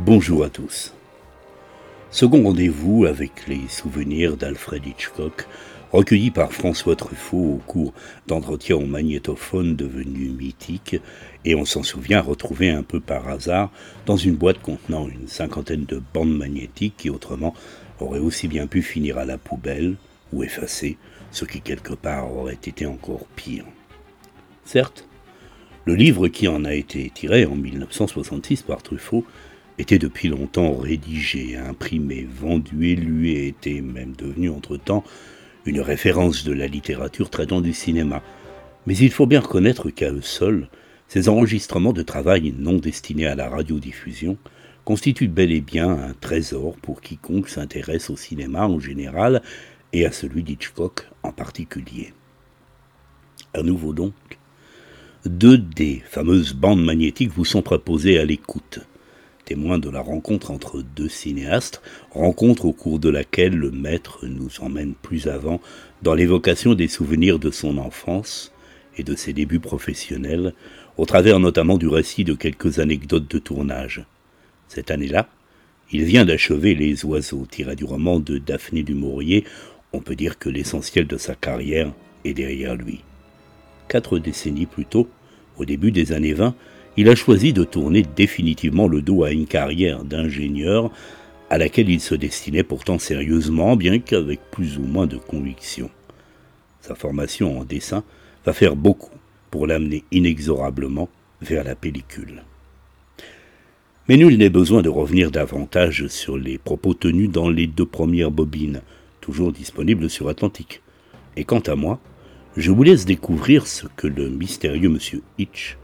Bonjour à tous. Second rendez-vous avec les souvenirs d'Alfred Hitchcock, recueillis par François Truffaut au cours d'entretiens au magnétophone devenu mythique, et on s'en souvient retrouvé un peu par hasard dans une boîte contenant une cinquantaine de bandes magnétiques qui autrement auraient aussi bien pu finir à la poubelle ou effacées, ce qui quelque part aurait été encore pire. Certes, le livre qui en a été tiré en 1966 par Truffaut était depuis longtemps rédigé, imprimé, vendu, élu et était même devenu entre-temps une référence de la littérature traitant du cinéma. Mais il faut bien reconnaître qu'à eux seuls, ces enregistrements de travail non destinés à la radiodiffusion constituent bel et bien un trésor pour quiconque s'intéresse au cinéma en général et à celui d'Hitchcock en particulier. À nouveau donc, deux des fameuses bandes magnétiques vous sont proposées à l'écoute témoin de la rencontre entre deux cinéastes, rencontre au cours de laquelle le maître nous emmène plus avant dans l'évocation des souvenirs de son enfance et de ses débuts professionnels, au travers notamment du récit de quelques anecdotes de tournage. Cette année-là, il vient d'achever Les Oiseaux, tiré du roman de Daphné du Maurier. On peut dire que l'essentiel de sa carrière est derrière lui. Quatre décennies plus tôt, au début des années 20, il a choisi de tourner définitivement le dos à une carrière d'ingénieur à laquelle il se destinait pourtant sérieusement, bien qu'avec plus ou moins de conviction. Sa formation en dessin va faire beaucoup pour l'amener inexorablement vers la pellicule. Mais nul n'est besoin de revenir davantage sur les propos tenus dans les deux premières bobines, toujours disponibles sur Atlantique. Et quant à moi, je vous laisse découvrir ce que le mystérieux monsieur Hitch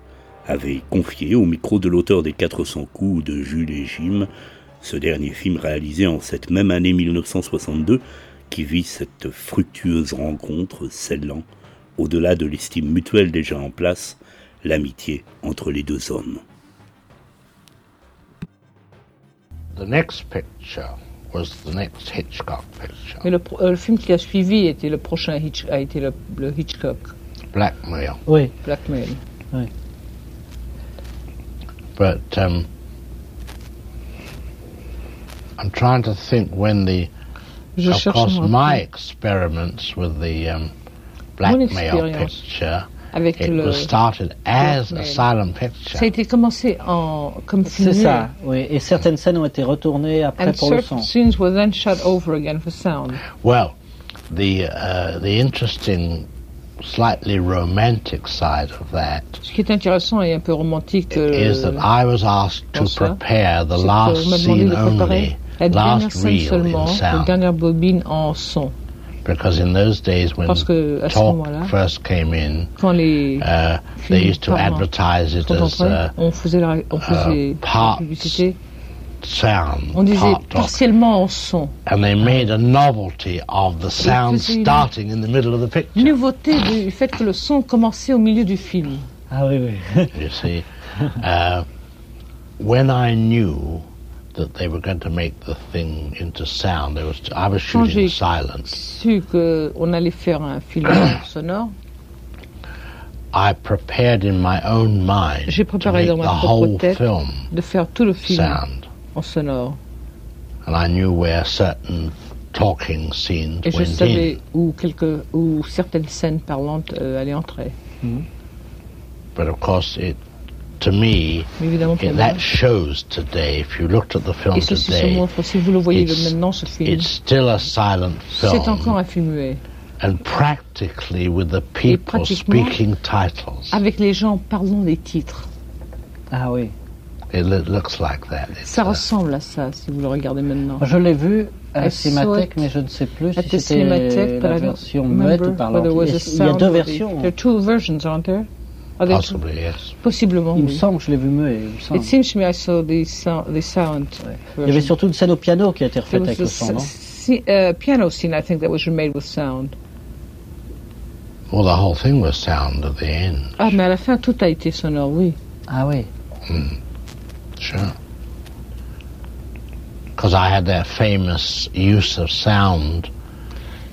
avait confié au micro de l'auteur des 400 coups de Jules et Jim, ce dernier film réalisé en cette même année 1962 qui vit cette fructueuse rencontre scellant, au-delà de l'estime mutuelle déjà en place, l'amitié entre les deux hommes. The next picture was the next Hitchcock picture. Mais le, pro- euh, le film qui a suivi était le prochain Hitch- a été le, le Hitchcock, Blackmail. Oui, Blackmail. oui. but um, I'm trying to think when the. Je of cherche à me course, rappeler. my experiments with the um, Mon blackmail expérience picture. avec It le. was started as blackmail. a silent Ça a picture. été commencé en comme filmé. C'est ça, oui. Et certaines scènes ont été retournées après And pour le certain son. scenes were then shot over again for sound. Well, the uh, the interesting, slightly romantic side of that Ce qui est intéressant et un peu romantique, euh, is that I was asked to dans ça, prepare the c'est last qu'on m'a demandé scene de préparer only, la dernière last scène reel seulement, in la sound, dernière bobine en son. because in those days when Parce que à ce moment-là, talk first came in, quand les uh, they films used to par- advertise it sont as entrés, uh, on faisait la, on faisait la parts. publicité, sound, on disait part talk. partiellement en son. and they made a novelty of the sound faisait une- starting in the middle of the picture. Nouveauté du fait que le son commençait au milieu du film. Ah oui, oui. You see, uh, when I knew that they were going to make the thing into sound, there was I was Quand shooting j'ai silence. su qu'on allait faire un film sonore, I prepared in my own mind J'ai to préparé make dans the ma propre whole tête film de faire tout le film sound, en sonore. and I knew where certain talking scenes Et je went savais in. où, quelques, où certaines scènes parlantes euh, allaient entrer. But of course, it to me. Mais évidemment, pour It, moi, that shows today. If you looked at the film et ceci se today, montre, si vous le voyez le it's- maintenant, ce film, it's still a silent c'est encore film, un film muet. and practically with the people pratiquement- ah, speaking titles. Avec les gens parlant des titres. Ah oui. It lo- looks like that. It's uh, Ça a- ressemble à ça, si vous le regardez maintenant. Je l'ai vu I à saw it Cinémathèque, mais je ne sais plus At the si c'était Cinémathèque, but la I don't version muette ou remember whether parlante. it was a Il y a sound deux or the- versions. hein. There are two versions, aren't there? Ah, that's- Possibly, yes. Possiblement, Il me oui. semble que je l'ai vu muet. Il, me semble. It seems to me I saw the, sound, the silent Il y avait version. surtout une scène au piano qui a été There refaite was avec a le son, non si- uh, piano scene, I think, that was remade with sound. Well, the whole thing was sound at the end. Ah, mais à la fin, tout a été sonore, oui. Ah oui. Sure. Because I had that famous use of sound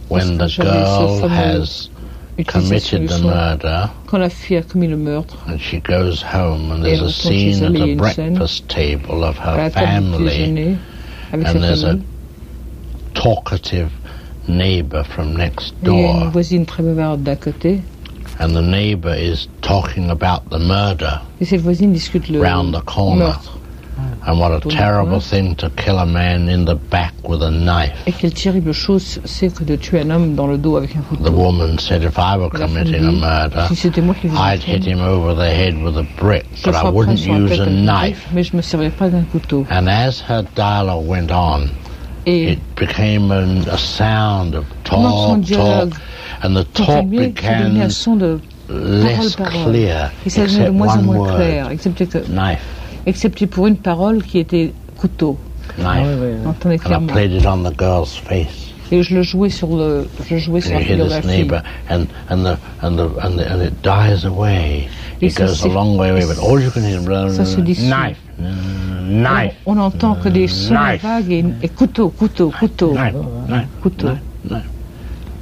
when the Parce que j'avais girl ce fameux has Utilisation committed du the son. murder Quand la fille a commis le meurtre, and she goes home and there's Elle a retourne chez scene at elle et il y a a une scène. breakfast table of à her la table du family déjeuner, avec and sa there's a famille, talkative neighbor from next il y a une door voisine très bavarde d'à côté, and the neighbor is talking about the murder et cette voisine discute le round the corner meurtre, and what a Tourne terrible coin. thing to kill a man in the back with a knife. et quelle terrible chose c'est que de tuer un homme dans le dos avec un The couteau. woman said if I were La femme committing a dit, murder si c'était moi qui vous I'd hit him over the head with a brick je but I frapperais wouldn't sur la use tête a avec une knife. brique, mais je me servirais pas d'un couteau. And as her dialogue went on, Et it became an, a sound of talk, son dialogue talk, and the talk continuer, ça devenait un became son de less parole-parole. clear, Et ça devenait de except moins en one moins word, clair, excepté, que, knife, excepté pour une parole qui était couteau. Ah oui, knife. oui, On Euh, oui. entendait And I clairement. played it on the girl's face. Et je le jouais sur le, je le jouais And sur la you hear figure de la this fille. neighbor, and, and, the, and, the, and, the, and it dies away. Et It ça goes a se- long way away, but all you can hear is Ça se dissout. knife, knife, On n'entend que des sons Knife. vagues et, et couteau, couteau, couteau, knife, knife, couteau. knife.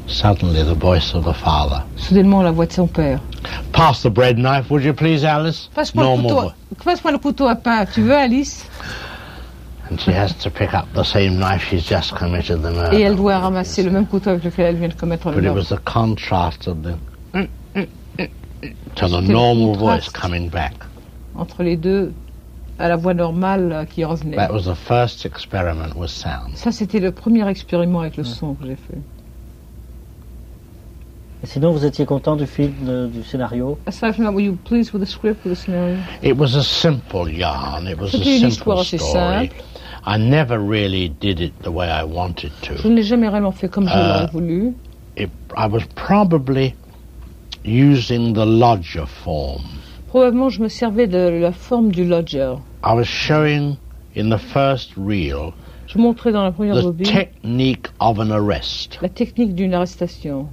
Suddenly the voice of the father. Soudainement, la voix de son père. Pass the bread knife, would you please, Alice? Passe-moi le, couteau voice. à- passe-moi le couteau à pain. Tu veux, Alice And she has to pick up the same knife she's just committed the murder. Et elle doit ramasser le même couteau avec lequel elle vient de commettre le But it meurtre. was the contrast of the to the C'était le normal voice contraste. coming back. Entre les deux, à la voix normale euh, qui revenait. That was the first experiment with sound. Ça, c'était le premier expériment avec le son que j'ai fait. Et sinon, vous étiez content du film, de- du scénario Aside from that, were you pleased with the script, with the scenario It was a simple yarn. It was a C'était simple une histoire assez story. simple. I never really did it the way I wanted Je to. ne l'ai jamais réellement fait comme je Euh, l'aurais voulu. It, I was probably using the lodger form. Probablement, je me servais de la forme du lodger. I was showing in the first reel Je montrais dans la première the bobine technique of an arrest. la technique d'une arrestation.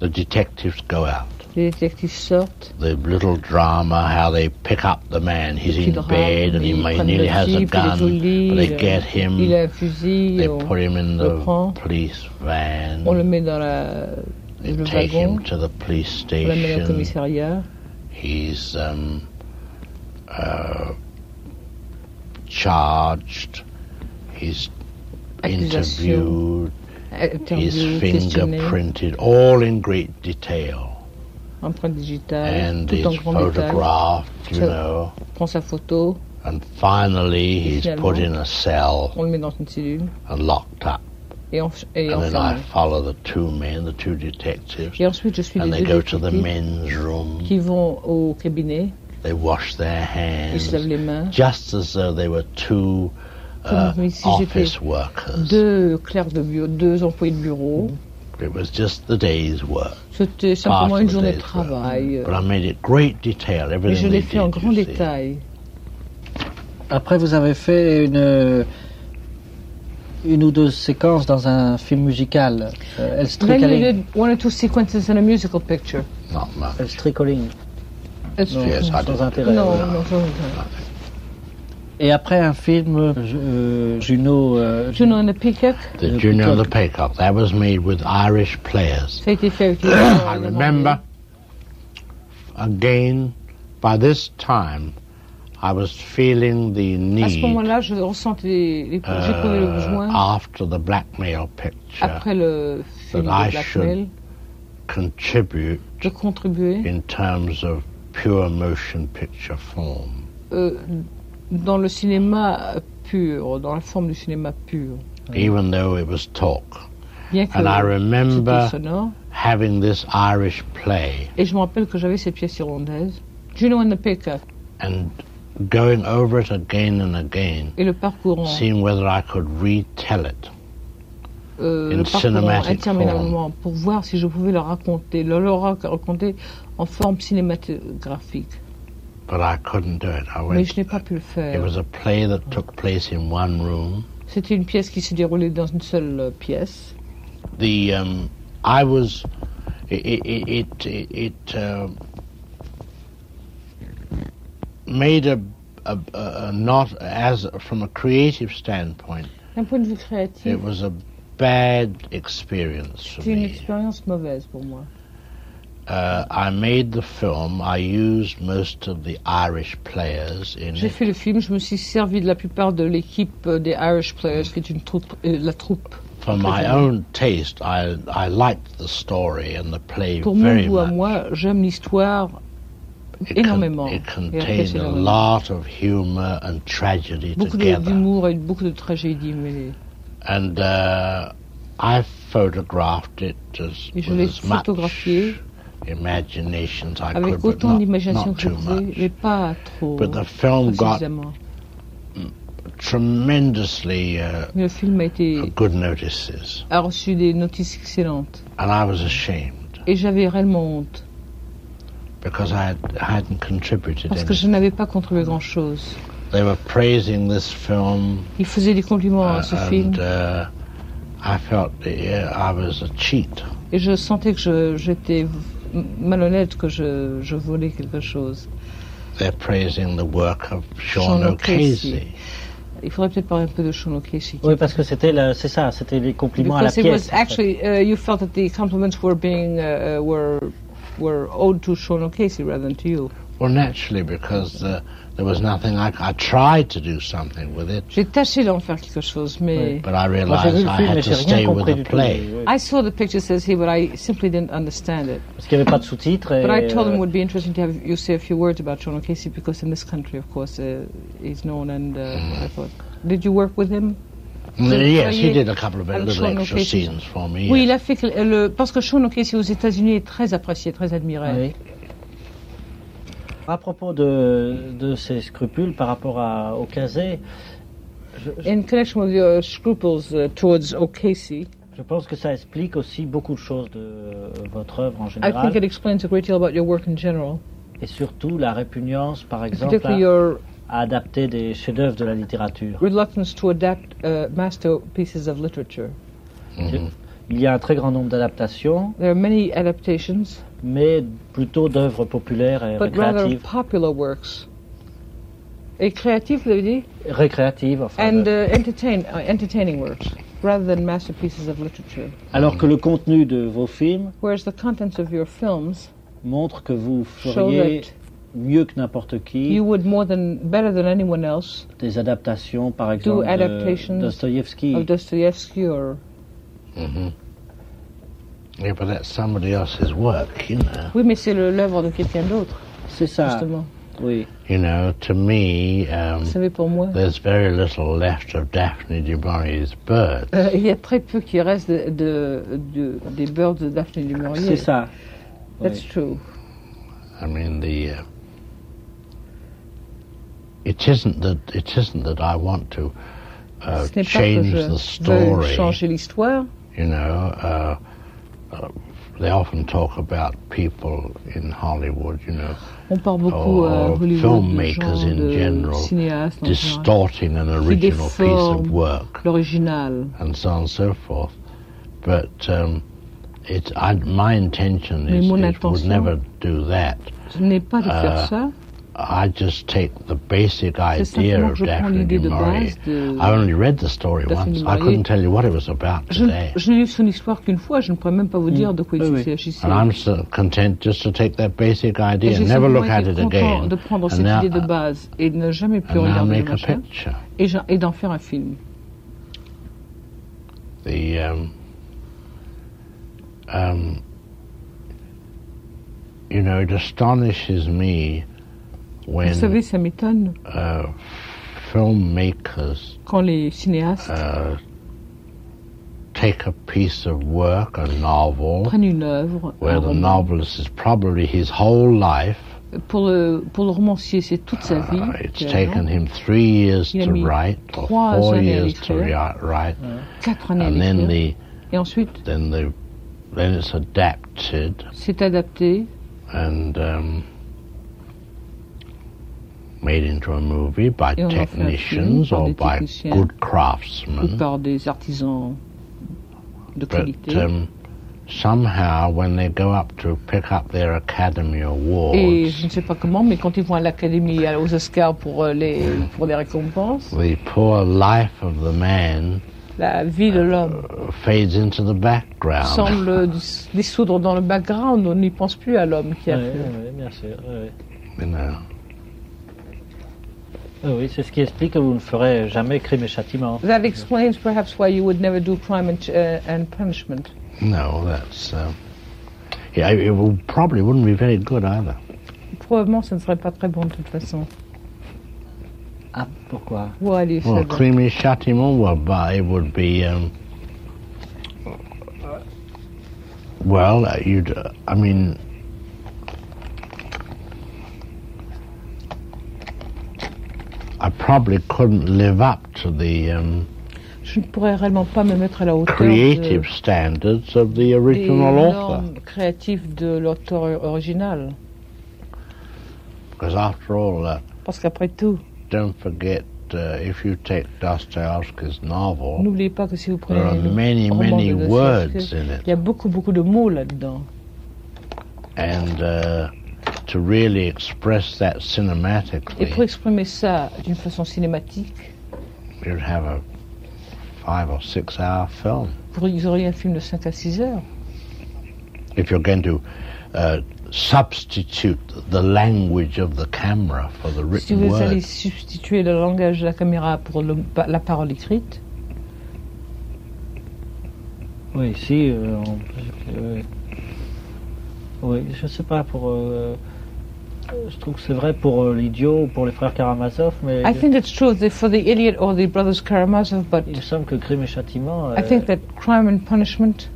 The detectives go out. Les détectives sortent, The little drama, how they pick up the man. He's petit in drame, bed and he ils may, prennent nearly le has a type, il gun, est au lit, but they euh, get him. il a un fusil, They on, put him in le the prend. police van. on le met dans la, they le take wagon, him to the police on le met au station. commissariat. He's um, uh, charged. He's Accusation. interviewed. His Interview, questionné, fingerprinted, all in great detail, empreinte digitale, and tout en it's grand détail. photographed, you So- know. Prend sa photo, And finally, he's Finalement. put in a cell on le met dans une cellule and locked up. et, en, et And then enfermé. I follow the two men, the two detectives, Et ensuite, je suis and les they deux go to the détectives men's room. qui vont au cabinet, They wash their ils se hands, lavent les mains. just as though they were two uh, Comme si j'étais office workers. deux clercs de bureau, deux employés de bureau. Mhm. It was just the day's work, C'était part simplement of une the journée de day's travail. work. But I made it great detail. Mais Everything je they l'ai fait en did, grand you see. détail. Après, vous avez fait une, une ou deux séquences dans un film musical, euh, Elstree Then you Calling. did one or two sequences in a musical picture. Not much. Elstree Calling, It's- non, Yes, I sans did. intérêt. non, non, non. Et après un film, euh, Juno, euh, Tu n'en as piqué The The Junior and the Peacock. Peacock. That was made with Irish players. Ça a été fait avec les Ah, I remember again, by this time, I was feeling the À ce need moment-là, je ressentais, les- uh, j'éprouvais le besoin, after the blackmail picture après le film de that I Blackmail, contribute de contribuer in terms of pure motion picture form. euh, dans le cinéma pur, dans la forme du cinéma pur. Even though it was talk. Bien que And I c'était remember sonore. having this Irish play Et je me rappelle que j'avais ces pièces irlandaises, Juno and the Peacock, and going over it again and again, et le parcourant, seeing whether I could retell it. euh, In le parcours cinematic interminables pour voir si je pouvais leur raconter, leur, leur raconter en forme cinématographique. but I couldn't do it. I Mais went. je n'ai pas pu le It faire. was a play that took place in one room. C'était une pièce qui s'est déroulée dans une seule euh, pièce. The um, I was. It it it, it, it uh, made a, a, a a not as from a creative standpoint. D'un point de vue créatif, It was a bad experience for c'était une me. expérience mauvaise pour moi. Uh, I made the film. I used most of the Irish players in J'ai it. fait le film, je me suis servi de la plupart de l'équipe euh, des Irish Players, qui est une troupe, euh, la troupe. For my own taste, I I liked the story and the play Pour mon very goût à much. moi, j'aime l'histoire It, con- énormément. it Et après, contained c'est a énormément. lot of humor and tragedy Beaucoup de- together. d'humour et beaucoup de tragédie mêlée. Ah, And uh, I photographed it as, Et je with l'ai as much photographié imagination as I could, Avec but autant not, d'imagination not que je too pouvais, mais much. pas trop. But the film got pas suffisamment. tremendously uh, Mais le film a, été, good notices, a reçu des notices excellentes. and I was ashamed Et j'avais réellement honte. because I had, hadn't contributed Parce que je anything. n'avais pas contribué grand chose. They were praising this film. Il faisait des compliments Ah, à Uh, ce film. and uh, I felt that, yeah, I was a cheat. Et je sentais que je- j'étais m- malhonnête, que je, je volais quelque chose. They're praising the work of Sean Sean O'Casey. O'Casey. Il faudrait peut-être parler un peu de Sean O'Casey. Oui, parce que c'était la- c'est ça, c'était les compliments Because à it la was pièce. en fait. actually uh, you felt that the compliments were being uh, uh, were were owed to Sean O'Casey rather than to you. Well, naturally, because uh, there was nothing I, c- I tried to do something with it, J'ai tâché d'en faire quelque chose, mais but I Moi, j'ai vu realized le I film, mais had j'ai to rien stay with compris the du tout. Euh, play. Oui, I saw the picture says here, but I simply didn't understand it. Parce qu'il n'y avait pas de sous-titres. et, But I told him it euh, would be interesting to have you say a few words about Sean O'Casey because in this country, of course, uh, he's known. And uh, I thought, did you work with him? Mm, Yes, he Soyez- did a couple of avec little Sean extra O'Casey. scenes for me. Oui, il yes. a fait que- le, parce que Sean O'Casey aux États-Unis est très apprécié, très admiré. oui. À propos de, de ces scrupules par rapport à, au casé, je, je- In connection with your scruples uh, towards O'Casey, je pense que ça explique aussi beaucoup de choses de euh, votre œuvre en I think it général, explains a great deal about your work in general, et surtout la répugnance, par exemple, particularly à, your à adapter des chefs-d'œuvre de la littérature. reluctance to adapt uh, masterpieces of literature. Mm-hmm. Il y a un très grand nombre d'adaptations, There are many adaptations, mais plutôt d'œuvres populaires et but rather récréatives. of popular works. Et créatif, vous avez dit? récréatives, enfin, euh, And de- uh, entertain, uh, entertaining works, rather than masterpieces of literature. alors que le contenu de vos films Whereas the contents of your films montre que vous show feriez that mieux que n'importe qui you would more than, better than anyone else, des adaptations, par exemple, adaptations de Dostoïevski. of Dostoevsky or Yeah, but that's somebody else's work, you know. Oui, mais c'est le- l'œuvre de quelqu'un d'autre, C'est Ah. ça, justement. oui. You know, to me, Vous um, savez, pour moi, there's very little left of Daphne du Maurier's bird. euh, il y a très peu qui reste de, de- de- des beurs de Daphne du Maurier. C'est ça. That's Oui. true. I mean the. Uh, it isn't that it isn't that I want to uh, Ce n'est pas que change the je veux story. changer l'histoire. You know, uh, uh, they often talk about people in Hollywood. You know, On parle beaucoup Or à Hollywood de Oh, filmmakers gens, in de general cinéastes, en général. distorting an original piece of déforme. work l'original. and so on and so forth. But um, it, I, my intention Mais is, mon is would intention- never do that. Ce n'est pas de Euh, faire ça. I just take the basic C'est idea simplement que of je prends Daphne l'idée du de Maurier. base de... I only read the story Daphne once. du I Maurier. couldn't tell you what it was about Je, today. je n'ai lu son histoire qu'une fois, je ne pourrais même pas vous dire de quoi Oui, il oui. s'agissait. And I'm so content just to take that basic Et idea, j'ai never simplement look at été it content again, de prendre and cette now- uh, idée de base et de ne jamais plus and now regarder le make a machin picture. et j'en- et d'en faire un film. The um, um, you know, it astonishes me Vous when savez, ça m'étonne uh, filmmakers quand les cinéastes uh, take a piece of work, a novel, prennent une œuvre, un where the roman. novelist is probably his whole life. pour, le, pour le romancier, c'est toute sa vie. Uh, it's clairement. taken him three years Il a to mis write, or trois four années à years to l'écrire. ri- write, Quatre années. à and then l'écrire. the Et ensuite, Then they, then it's adapted c'est adapté and um, made into a movie by Et on en fait un film technicians par or des by techniciens. good craftsmen. par des artisans de But qualité. um, somehow, when they go up to pick up their Academy Et Awards, je ne sais pas comment, mais quand ils vont à l'Académie, à- aux Oscars pour, euh, les, pour les récompenses, the poor life of the man la vie de l'homme fades into the background. semble dis- dissoudre dans le background. On n'y pense plus à l'homme qui Oui, a oui, fait. oui, bien sûr. oui, oui. you know. Ah Oui, oui, c'est ce qui explique que vous ne ferez jamais crime et châtiment. That explains perhaps why you would never do crime and, ch- uh, and punishment. No, that's. Uh, yeah, it will, probably wouldn't be very good either. Probablement, ça ne serait pas très bon de toute façon. Ah, pourquoi Why do you say Well, that? creamy chatimon will buy would be. Um, well, uh, you'd. Uh, I mean. I probably couldn't live up to the um, Je ne pourrais réellement pas me mettre à la hauteur de- creative standards of the des original author. normes créatives de l'auteur original. Because after all, uh, Parce qu'après tout, don't forget, uh, if you take Dostoevsky's novel, n'oubliez pas que si vous prenez there are le many, roman many de Dostoïevski, words in it. il y a beaucoup, beaucoup de mots là-dedans. and uh, to really express that Et pour cinematically, exprimer ça d'une façon cinématique, you'd have a five or six hour film. vous auriez- vous auriez un film de 5 à 6 heures. If you're going to uh, substitute the language of the camera for the Si written vous allez word, substituer le langage de la caméra pour le- pa- la parole écrite, Oui, ici, euh, on- euh, oui, je sais pas pour. euh, euh, je trouve que c'est vrai pour euh, l'idiot ou pour les frères Karamazov, mais I think that's true that for the idiot or the brothers Karamazov, but il me semble que Crime et Châtiment euh, I think that Crime and Punishment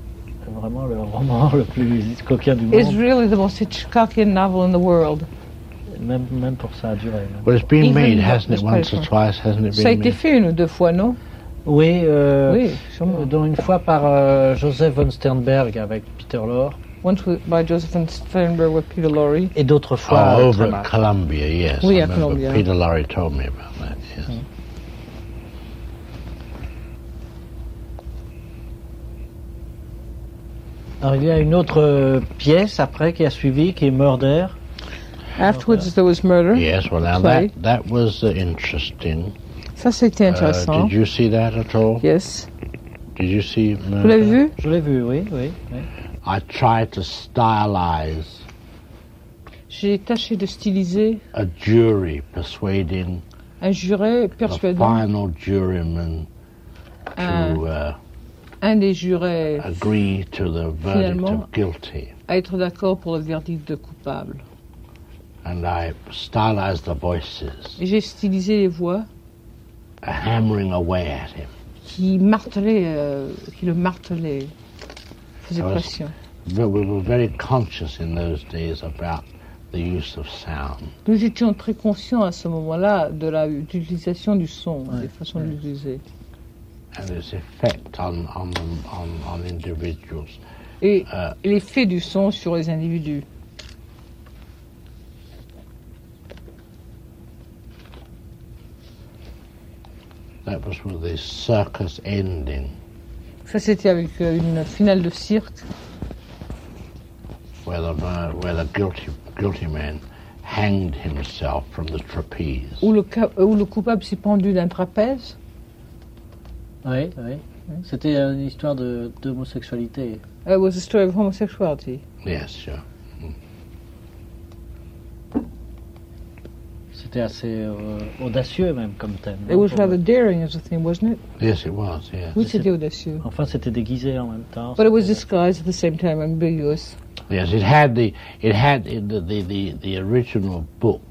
est vraiment le roman le plus coquin du is monde. really the most Hitchcockian novel in the world. Même, même pour hein. ça a duré. même. well, it's been Even made, the- hasn't it? the Once or Spider-Man. twice, hasn't it Ça a been été made? fait une ou deux fois, non Oui, euh, Oui, euh, sûrement. dont une fois par euh, Joseph von Sternberg avec Peter Lorre Once with, by Joseph and Sternberg with Peter Lorre. et d'autres fois Oh, euh, over très at mal. Columbia, yes. We I at remember Columbia. Peter Lorre told me about that. Yes. Alors, il y a une autre euh, pièce après qui a suivi, qui est Murder. Afterwards, there was murder. Yes. Well, now Sorry. that that was uh, interesting. Ça, c'était Uh, intéressant. did you see that at all? Yes. Did you see? uh, Vous l'avez vu Je l'ai vu, oui, oui. oui. I tried to stylize J'ai tâché de styliser a jury persuading un juré the persuadant, final juryman un, to uh, un des jurés Ah, agree to the verdict Finalement- of guilty. à être d'accord pour le verdict de coupable. And I stylized the voices, uh, J'ai stylisé les voix hammering away at him. qui martelaient, euh, qui le martelaient, faisaient Ah ouais. pression. But we were very conscious in those days about the use of sound. Nous étions très conscients à ce moment-là de la- de l'utilisation du son, hein, des façons de l'utiliser. And its effect on, on, the- on, on individuals. Et Ah. l'effet du son sur les individus. That was with the circus ending, Ça, c'était avec euh, une finale de cirque where the, ver- where the guilty, guilty man hanged himself from the trapeze. où le, ca- où le coupable s'est pendu d'un trapèze. Oui, oui. C'était une histoire de- d'homosexualité. It was a story of homosexuality. Yes, sure. C'était assez euh, audacieux même comme thème. It hein, was pour- rather daring as a thing, wasn't it? Yes, it was, yes. Oui, c'est- c'était audacieux. Enfin, c'était déguisé en même temps. But it was c'était- disguised at the same time ambiguous. Yes, it had the it had the the the, the original book.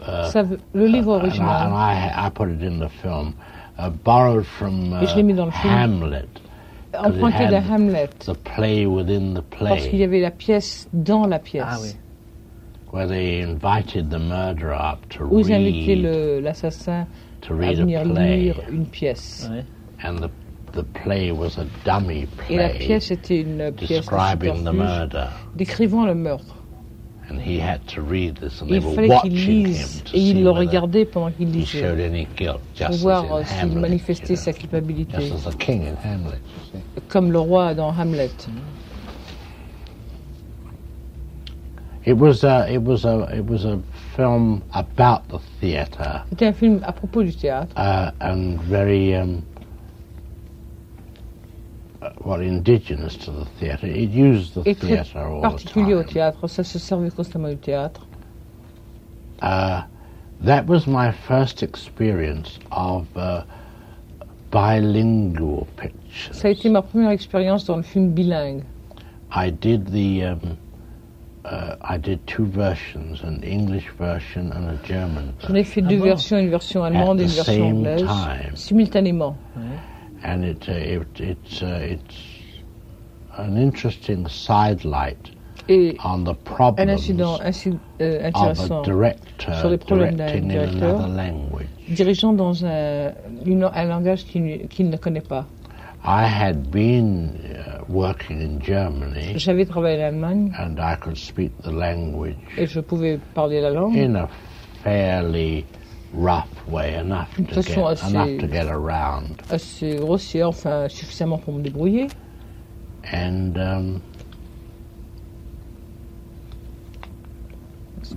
Uh, Ça veut- le livre and I, and original, I I put it in the film, uh, borrowed from uh, Et je l'ai mis dans le film. Hamlet, emprunté de had- Hamlet, the play within the parce qu'il y play, avait la pièce dans la pièce, Ah oui. where they invited the murderer up to où ils invitaient read le- l'assassin to à read a venir play, lire une pièce. Ouais. and the the play was a dummy Et la Uh, play pièce était une pièce de describing the subterfuge, murder. décrivant le meurtre. And he had to read this, and Et they il were fallait qu'il watching him lise. to Et see il le whether regardait pendant qu'il he lisait. showed any guilt, Pour just as voir in euh, s'il Hamlet, manifestait you sa know, culpabilité, just as the king in Hamlet. you see. comme le roi dans Hamlet. It was a, it was a, it was a film about the theatre C'était un film à propos du théâtre, uh, and very, um, uh, well, indigenous to the theatre. It used the et très theatre all the particulier au time. théâtre. Ça se servait constamment du théâtre. Uh, that was my first experience of uh, bilingual pictures. Ça a été ma première expérience dans le film bilingue. I did the um, uh, I did two versions, an English version and a German J'en version, ai fait deux bon versions, une version allemande et At une the version same anglaise, time. simultanément. and it uh, it it's uh, it's an interesting sidelight Et on the un problems incident inci- euh, of intéressant. a director Sur les problèmes d'un directing in directeur. another language. Dirigeant dans un, une- un langage qu'il ne- qu'il ne connaît pas. I had been uh, working in Germany J'avais travaillé en Allemagne and I could speak the language et je pouvais parler la langue. in a fairly rough way, enough to De toute get façon assez- enough to get around. assez grossière, enfin suffisamment pour me débrouiller. and um,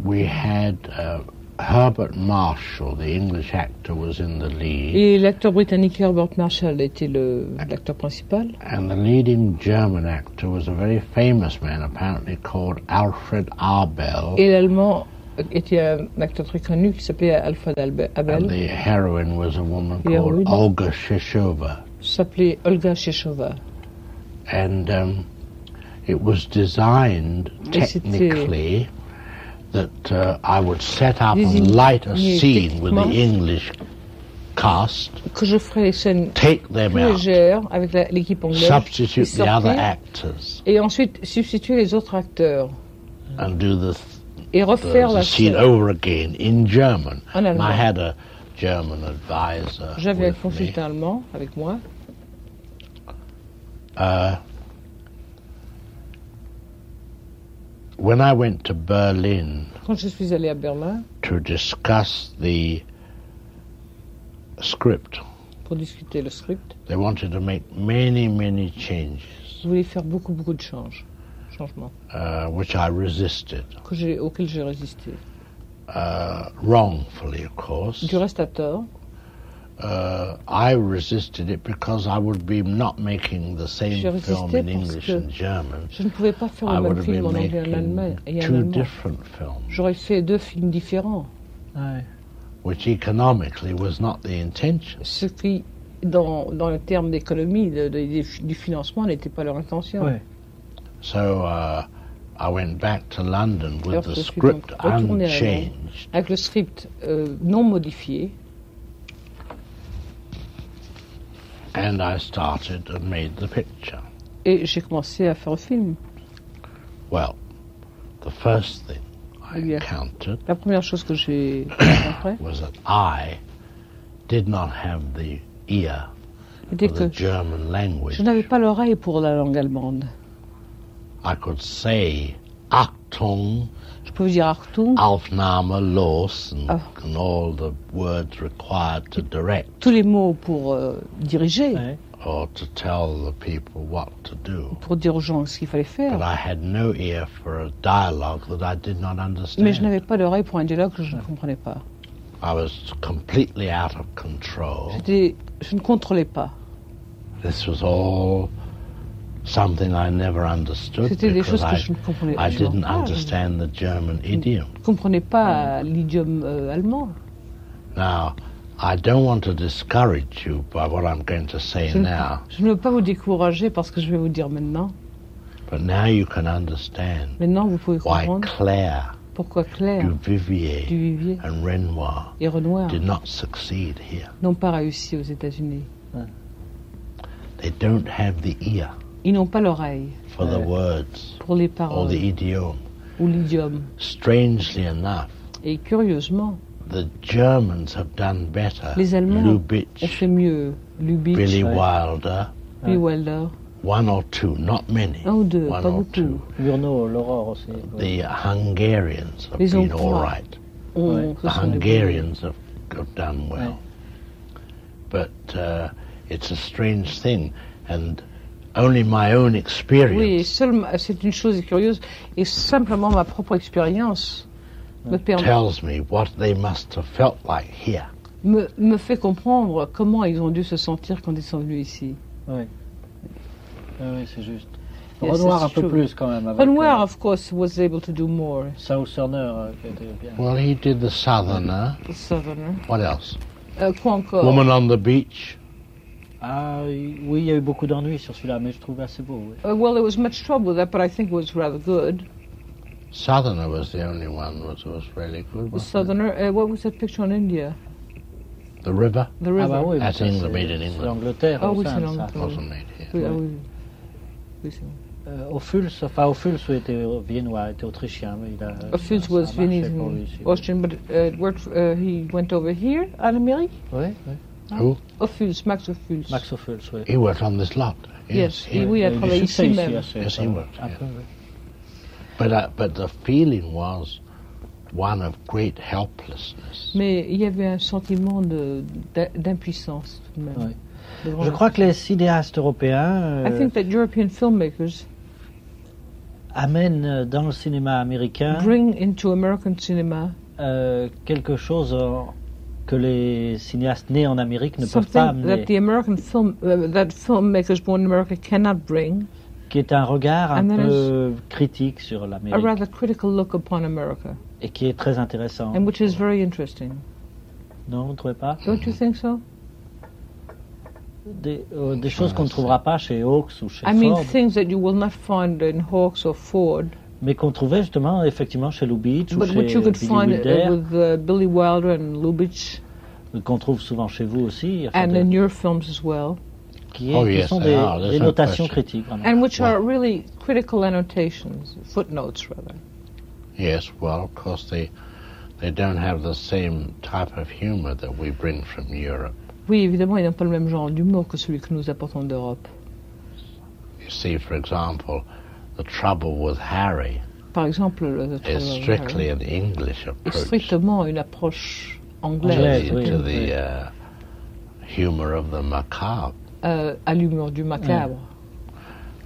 we had uh, Herbert Marshall, the English actor, was in the lead, Et l'acteur britannique Herbert Marshall était le- l'acteur principal. and the leading German actor was a very famous man, apparently called Alfred Abel, Et l'allemand était un acteur très connu qui s'appelait Alfred Albe- and Abel, the heroine was a woman Yeah, called we- Olga Shishova, s'appelait Olga Shechova. and um, it was designed Yes, it is. technically. That uh, I would set up Yes, and it- light a yes, scene with the techniquement. English cast, Que je ferais les scènes take them plus out, légères avec la- l'équipe anglaise substitute les the other sortir, actors, et ensuite substituer les autres acteurs and do the, et the, refaire the la scene scène. over again in German. En And I allemand. had a German advisor J'avais un with me, consultant allemand avec moi. Uh, when I went to Berlin Quand je suis allé à Berlin to discuss the script, pour discuter le script, they wanted to make many, many changes, je voulais faire beaucoup beaucoup de changes, changements uh, which I resisted, que j'ai- auxquels j'ai résisté. uh, wrongfully, of course. Du reste à tort. uh, I resisted it because I would be not making the J'ai same résisté film in parce English que and German. Je ne pouvais pas faire I le would même have film been en anglais et en allemand. making Et en two allemand. different films, J'aurais fait deux films différents. Ouais. which economically was not the intention. Ce qui, dans, dans le terme d'économie, de- de- des- du financement, n'était pas leur intention. Ouais. So uh, I went back to London with Alors, the je suis donc script retourné à Londres. unchanged. Avec le script euh, non modifié, And I started and made the picture. et j'ai commencé à faire le film. Well, the first thing I Yeah. encountered La première chose que j'ai rencontrée was that I did not have the ear était for the que German language. je n'avais pas l'oreille pour la langue allemande. I could say Achtung, Je pouvais dire Artung, Ah. Aufnahme, Los, and, Oh. and all the words required to direct tous les mots pour euh, diriger, Ouais. or to tell the people what to do. pour dire aux gens ce qu'il fallait faire. But I had no ear for a dialogue that I did not Mais je understand. n'avais pas d'oreille pour un dialogue que je ne comprenais pas. I was completely out of control. J'étais- Je ne contrôlais pas. This was all something I never understood C'était des because choses que I, je ne comprenais I je didn't comprends pas. understand the German idiom. Je ne comprenais pas euh, l'idiome euh, allemand. Now, I don't want to discourage you by what I'm going to say Je ne, now. je ne veux pas vous décourager parce que je vais vous dire maintenant. But now you can understand Maintenant, vous pouvez why comprendre Claire, pourquoi Claire Duvivier, Duvivier and Renoir et Renoir did not succeed here. n'ont pas réussi aux États-Unis. They don't have the ear Ils n'ont pas l'oreille for the words pour les or paroles the idiom. ou l'idiome. Strangely enough, Et curieusement, the Germans have done better. Les Allemands ont Lubitsch, fait mieux. Lubitsch, Billy ouais. Wilder, Billy Wilder, one or two, not many. un ou deux, one pas or beaucoup. two. Burno, l'aurore aussi. The uh, Hungarians have Les been Hongrois. all right. On- Ouais. ce The sont des Hungarians have, have done well. But uh, it's a strange thing, and only my own bons. Oui, et experience seulement- c'est une chose curieuse, et simplement ma propre expérience me, permet- tells me what they must have felt like here. me, me fait comprendre comment ils ont dû se sentir quand ils sont venus ici. Ah oui, c'est juste. Yes, Renoir un it's peu true. plus quand même. avec, Renoir, of course, was able to do more. Sao euh, Cerner euh, qui était bien. Well, he did the Southerner. Southerner. What else? Euh, quoi encore Woman on the Beach. Ah oui, il y a eu beaucoup d'ennuis sur celui-là, mais je trouve assez beau. oui. Uh, well, there was much trouble with that, but I think it was rather good. Southerner was the only one that was really good. The wasn't Southerner. Uh, what was that picture on India? it? The river The river. Ah bah oui, That's mais ça, England, c'est- made in c'est England. l'Angleterre. Ah au oui, sein c'est de ça. l'angleterre. wasn't made here. Oui, ah Ouais. oui. Oui, c'est vrai. Euh, Ophuls, enfin Ophuls oui, était viennois, était autrichien, mais il a. Ophuls ça- was ça a marché Viennese pour lui aussi, and oui. Austrian, but uh, it worked. Uh, he went over here, en Amérique. Oui, oui. Who? Ophuls, Max Ophuls. Max Ophuls, oui. He worked on this lot. Yes, Yes, he, he- oui, il a eu du travaillé succès ici même. assez, Yes, he euh, worked, un yeah. peu, oui. but uh, but the feeling was one of great helplessness. Mais il y avait un sentiment de- d'a- d'impuissance tout de même. Ouais. De Je vraiment- crois que les cinéastes européens euh, I think that European filmmakers amènent euh, dans le cinéma américain bring into American cinema euh, quelque chose euh, que les cinéastes nés en Amérique ne peuvent pas something that amener, the American film uh, that filmmakers born in America cannot bring. qui est un regard And un there peu critique sur a l'Amérique rather critical look upon America, et qui est très intéressant. and which is very interesting. Non, vous ne trouvez pas Don't you think so? Des, euh, des choses qu'on ne trouvera pas chez Hawks ou chez I mean, Ford, things that you will not find in Hawks or Ford, mais qu'on trouvait justement effectivement chez Lubitsch ou but chez which you could Billy find Wilder, uh, with uh, Billy Wilder and Lubitsch, qu'on trouve souvent chez vous aussi, enfin, and des- in your films as well, qui, est- Oh, qui yes, sont they des, are, there's des no notations question. critiques. vraiment. and which are really critical annotations, footnotes rather. Yes, well, of course they they don't have the same type of humor that we bring from Europe. Oui, évidemment, ils n'ont pas le même genre d'humour que celui que nous apportons d'Europe. You see, for example, the trouble with Harry Par exemple, le le is Trevor strictly Harris an English est approach to strictement une approche anglaise Anglaise, the, oui. to the uh, humor of the macabre. euh, à l'humour du macabre.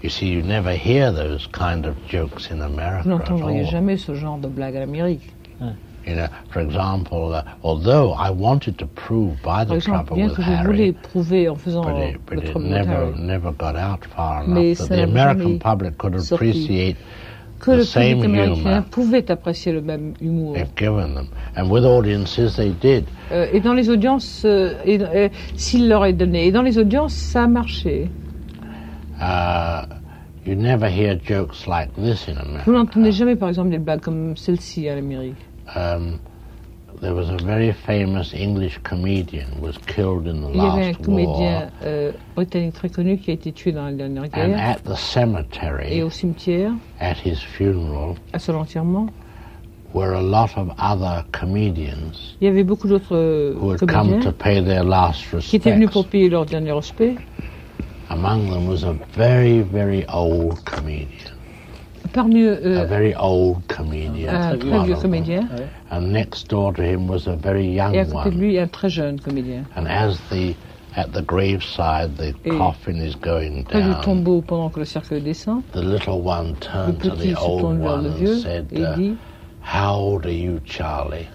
You see, you never hear those kind of jokes in America Vous at all. n'entendriez jamais ce genre de blague à l'Amérique. You know, for example, uh, although I wanted to prove by Par the exemple, trouble bien with que je voulais Harry, prouver en faisant but euh, it, but le it trouble de never, Harry never got out far enough Mais that ça the n'a American jamais public could sorti. appreciate que the le same public américain humor. pouvait apprécier le même humour. they've given them. And with audiences, they did. Euh, et dans les audiences, euh, et- et s'il leur est donné, et dans les audiences, ça a marché. Uh, you never hear jokes like this in Vous n'entendez America. jamais, par exemple, des blagues comme celle-ci à l'Amérique. Um, there was a very famous English comedian who was killed in the Il y avait un last comédien war, euh, britannique très connu qui a été tué dans la dernière and guerre at the et au cemetery, cimetière, at his funeral, à son enterrement. were a lot of other comedians Il y avait beaucoup d'autres euh, who had come to comédiens pay their last qui étaient venus respects. pour payer leur dernier respect. Among them was a very, very old comedian. Parmi eux, A euh, very old comedian. un one très vieux of them. comédien And next door to him was a very et à young côté de one. lui, un très jeune comédien. And as the at the graveside the Et coffin is going Près du down, tombeau pendant que le cercueil descend, the little one le turned to petit the se tourne old vers one le vieux and said, et uh, dit How old are you, Charlie?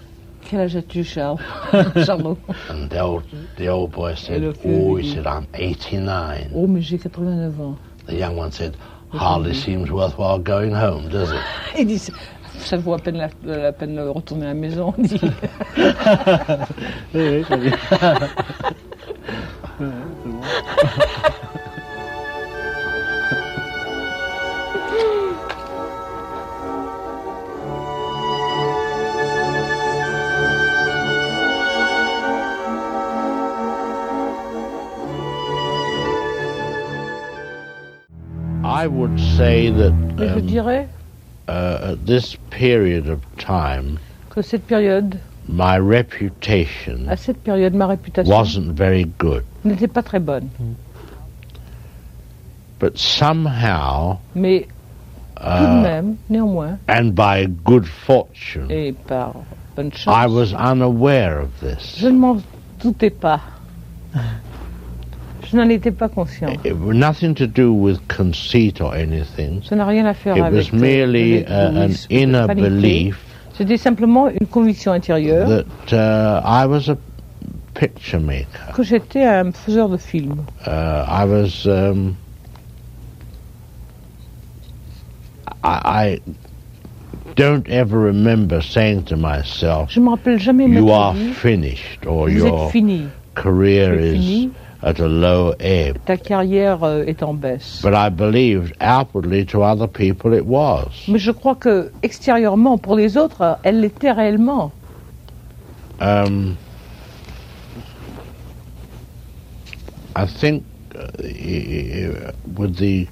Quel âge as-tu, Charles Charlot. And the old the old boy le said, vieux Oh, lui he dit, said, I'm eighty nine. Oh, mais j'ai 89 ans. The young one said, Hardly seems worthwhile going home, does it? Il dit Ça vaut à peine la, la peine de retourner à la maison. dit. Oui, oui, oui. I would say that Mais je um, dirais uh, at this period of time, que cette période my reputation À cette période, ma réputation wasn't very good. n'était pas très bonne. But somehow, Mais tout de uh, même, néanmoins, and by good fortune, et par bonne chance, I was unaware of this. je ne m'en doutais pas. Je n'en étais pas conscient. It was nothing to do with conceit or anything. Ça n'a rien à faire It avec was euh, merely avec uh, an l'égoïsme, inner la vanité. belief C'était simplement une conviction intérieure that uh, I was a picture maker. que j'étais un faiseur de films. Uh, I was. Um, I, I don't ever remember saying to myself, Je ne me rappelle jamais "You m'être are dit, finished" or vous êtes "Your fini, career tu es is fini, at a low ebb." ta carrière euh, est en baisse. But I believed outwardly to other people it was. Mais je crois que extérieurement, pour les autres, euh, elle l'était réellement. Um, I think uh, i- i- with the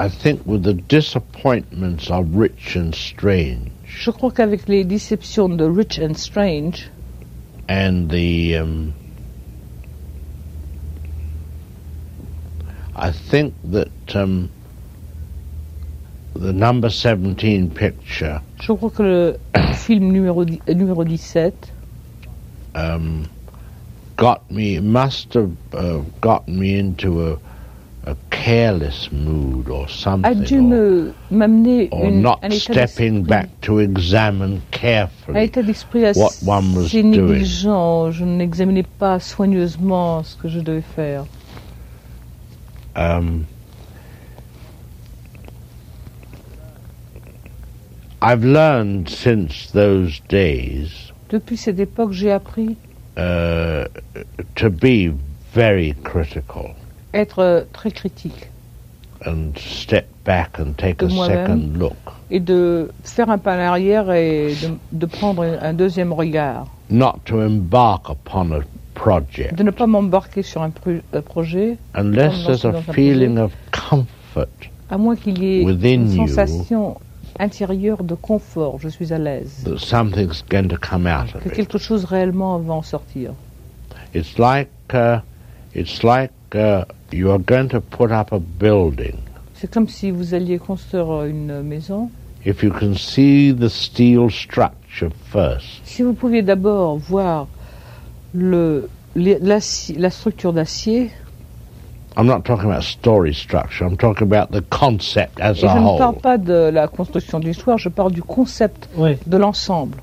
I think with the disappointments of Rich and Strange Je crois qu'avec les déceptions de Rich and Strange and the um, I think that um, the number seventeen picture Je crois que le film numéro, dix- euh, numéro 17 um, got me must have uh, gotten me into a a careless mood or a Mm, something, dû or, me- m'amener or une- not un état stepping d'esprit- back to examine un carefully. état d'esprit what one was assez doing. négligent. Je n'examinais pas soigneusement ce que je devais faire. Um, I've learned since those days Depuis cette époque, j'ai appris uh, to be very critical à être euh, très critique and step back and take a De moi-même. second look. et de faire un pas en arrière et de, de prendre un deuxième regard, not to embark upon a project de ne pas m'embarquer sur un, pro- un projet unless there's a feeling of comfort. à moins qu'il y ait Within une you. sensation intérieure de confort. Je suis à l'aise. That something's going to come out of que it. quelque chose réellement va en sortir. It's like uh, it's like uh, you are going to put up a building. C'est comme si vous alliez construire une maison. If you can see the steel structure first, Si vous pouviez d'abord voir le, les- l'assi- la structure d'acier, I'm not talking about story structure. I'm talking about the concept as et je a ne parle whole. pas de la construction du soir, je parle du concept Oui. de l'ensemble.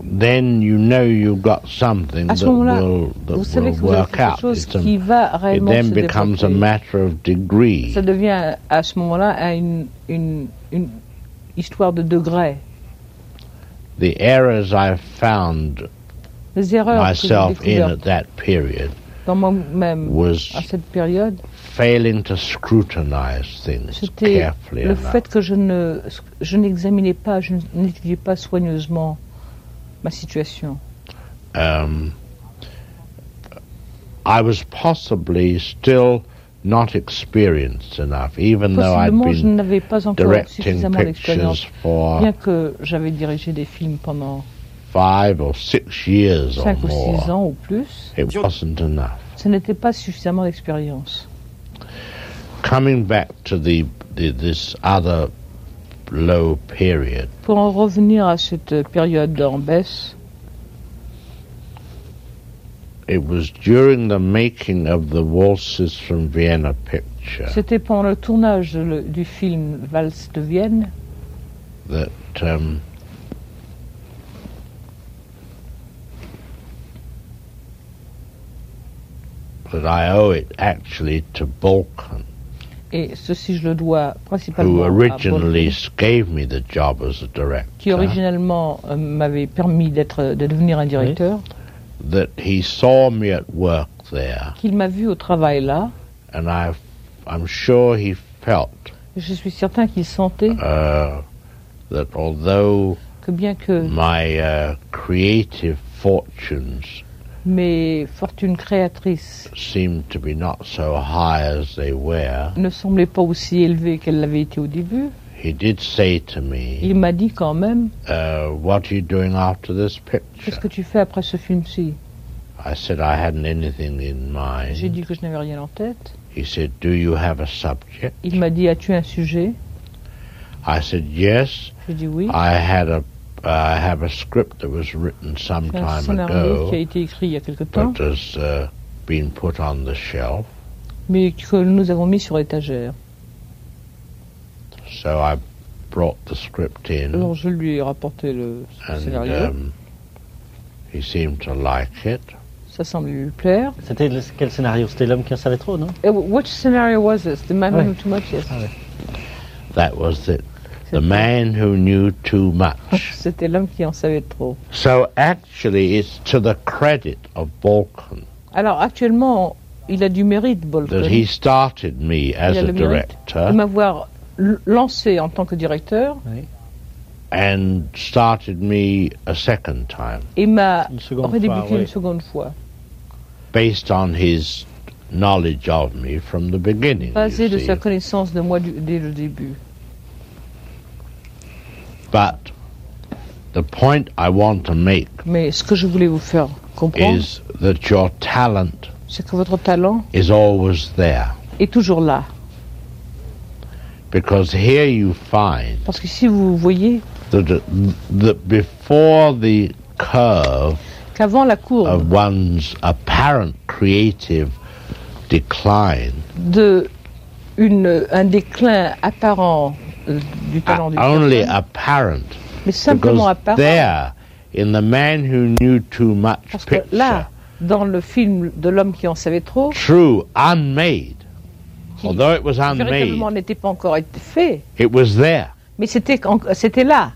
Then you know you've got something À that ce moment-là, will that Vous savez will que vous avez work quelque out. chose It's a- qui va it réellement se then becomes a développer. matter of degree. Ça devient à ce moment-là un- une, une, une histoire de degrés. the errors I found Les erreurs que j'ai myself in découvertes at that period dans moi-même was à cette période, failing to scrutinize things C'était carefully le enough. fait que je ne je n'examinais pas, je n'étudiais pas soigneusement ma situation. Um, I was possibly still not experienced enough, even though I'd Possiblement, je been n'avais pas encore directing suffisamment d'expérience, pictures for bien que j'avais dirigé des films pendant five or six years or 5 ou 6 more. ans ou plus. It wasn't enough. Ce n'était pas suffisamment d'expérience. Coming back to the, the this other low period. Pour en revenir à cette période en baisse, It was during the making of the Waltzes from Vienna picture c'était pendant le tournage de le- du film Valse de Vienne that um, that I owe it actually to Balkan, et ceci je le dois who principalement à Paul originally gave me the job as a qui director. originellement euh, m'avait permis d'être, de devenir un directeur, That he saw me at work there, qu'il m'a vu au travail là. and I, I'm sure he felt Je suis certain qu'il sentait uh, that although que bien que my uh, creative fortunes mes fortunes créatrices seemed to be not so high as they were, ne semblaient pas aussi élevées qu'elles l'avaient été au début, He did say to me, Il m'a dit quand même, uh, What are you doing after this qu'est-ce picture? que tu fais après ce film-ci I said I hadn't anything in J'ai mind. dit que je n'avais rien en tête. He said, Do you have a subject? Il m'a dit, as-tu un sujet I said, Yes. J'ai dit oui. I had a I have a script that was written some C'est un time scénario qui a ago, été écrit il y a quelque temps, but has uh, been put on the shelf. mais que nous avons mis sur étagère. So I brought the script Alors in, je lui ai rapporté le and scénario. um, he seemed to like it. Ça semblait lui plaire. C'était le- quel scénario C'était l'homme qui savait trop, non Eh, Which scenario was this? The man who Ouais. knew too much? Yes. That was it. Mm. The C'était- man who knew too much. C'était l'homme qui en savait trop. so actually, it's to the credit of Balkan Alors actuellement, il a du mérite, Bolton, that he started me as Il a a le mérite de director m'avoir l- lancé en tant que directeur and started me a second time et m'a Une seconde fois, redébuté oui. une seconde fois. based on his knowledge of me from the beginning. you Basé de see. sa connaissance de moi du- dès le début. But the point I want to make Mais ce que je voulais vous faire comprendre, is that your talent c'est que votre talent is always there. est toujours là. Because here you find Parce que si vous voyez that, that before the curve qu'avant la courbe of one's apparent creative decline, de une, un déclin apparent euh, du talent du Ah, only personne, apparent, mais simplement because apparent, there, in the man who knew too much parce que picture, là, dans le film de l'homme qui en savait trop, true, unmade, although it was véritablement unmade, n'était pas encore été fait, it was there. mais c'était en- c'était là.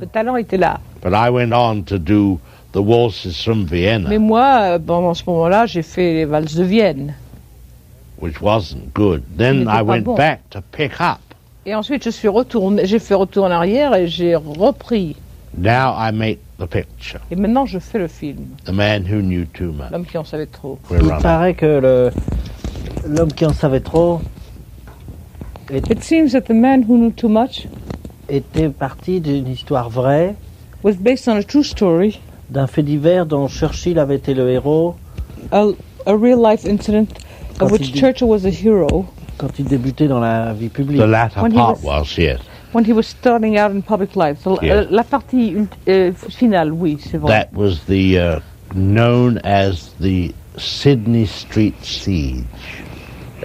Le talent était là. But I went on to do the waltzes from Mais Vienna, moi, euh, pendant ce moment-là, j'ai fait les valses de Vienne. which wasn't good. Then n'était I pas went bon. back to pick up. Et ensuite, je suis retourné, j'ai fait retour en arrière et j'ai repris. Now I make the picture. Et maintenant, je fais le film, The man who knew too much. l'homme qui en savait trop. We're Il running. paraît que le- l'homme qui en savait trop It seems that the man who knew too much était parti d'une histoire vraie, was based on a true story, d'un fait divers dont Churchill avait été le héros a, a real life incident Quand of il which dit- Churchill was a hero quand il débutait dans la vie publique. The latter When he part was- was, yes. when he was starting out in public life. The- Yeah. euh, la partie ult- euh, finale, oui, c'est vrai. That was the uh, known as the Sydney Street Siege.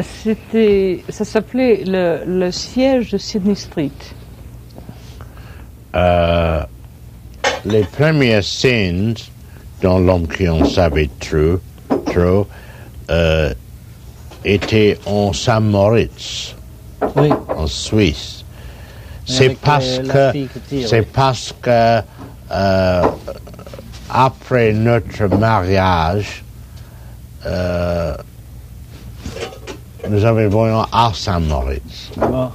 C'était, ça s'appelait le, le siège de Sydney Street. Uh, les premières scènes dans L'homme qui en savait trop, trop euh, étaient en Saint-Moritz, Oui, en Suisse. mais C'est avec, parce euh, la que fille qui tire, c'est oui. parce que euh, après notre mariage, euh, nous avons à Saint-Moritz. Ah.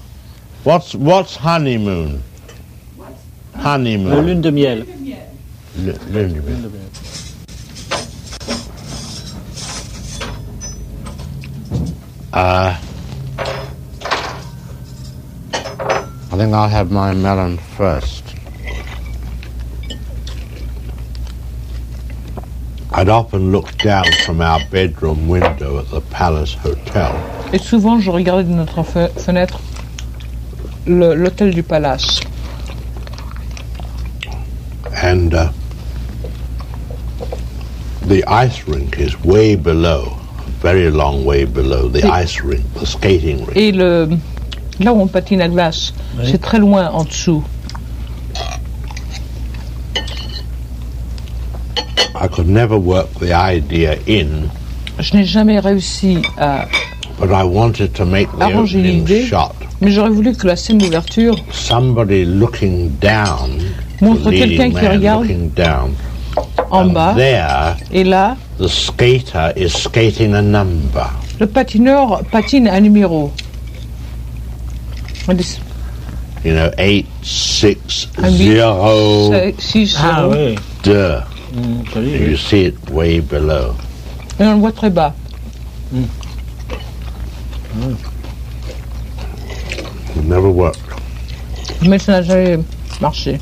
What's, what's honeymoon? Le Honeymoon. lune de miel. Lu- lune de miel. Uh, I think I'll have my melon first. I'd often look down from our bedroom window at the Palace Hotel. Et souvent, je regardais de notre fe- fenêtre le- l'hôtel du Palace. and uh, the ice rink is way below, a very long way below the ice rink, the skating rink. Et le, là où on patine à glace, c'est très loin en dessous. I could never work the idea in, Je n'ai jamais réussi à. but I wanted to make the Arranger opening l'idée. shot. Mais j'aurais voulu que la scène d'ouverture Somebody looking down, the montre quelqu'un leading qui man regarde looking down. en and bas. there, Et là, the skater is skating a number. le patineur patine un numéro. On dit You know, eight, six, Ah, oui. zero, 6, Ah oui. deux. Mm, joli, oui. You see it way below. Et on le voit très bas. It never worked. Mais ça n'a jamais marché.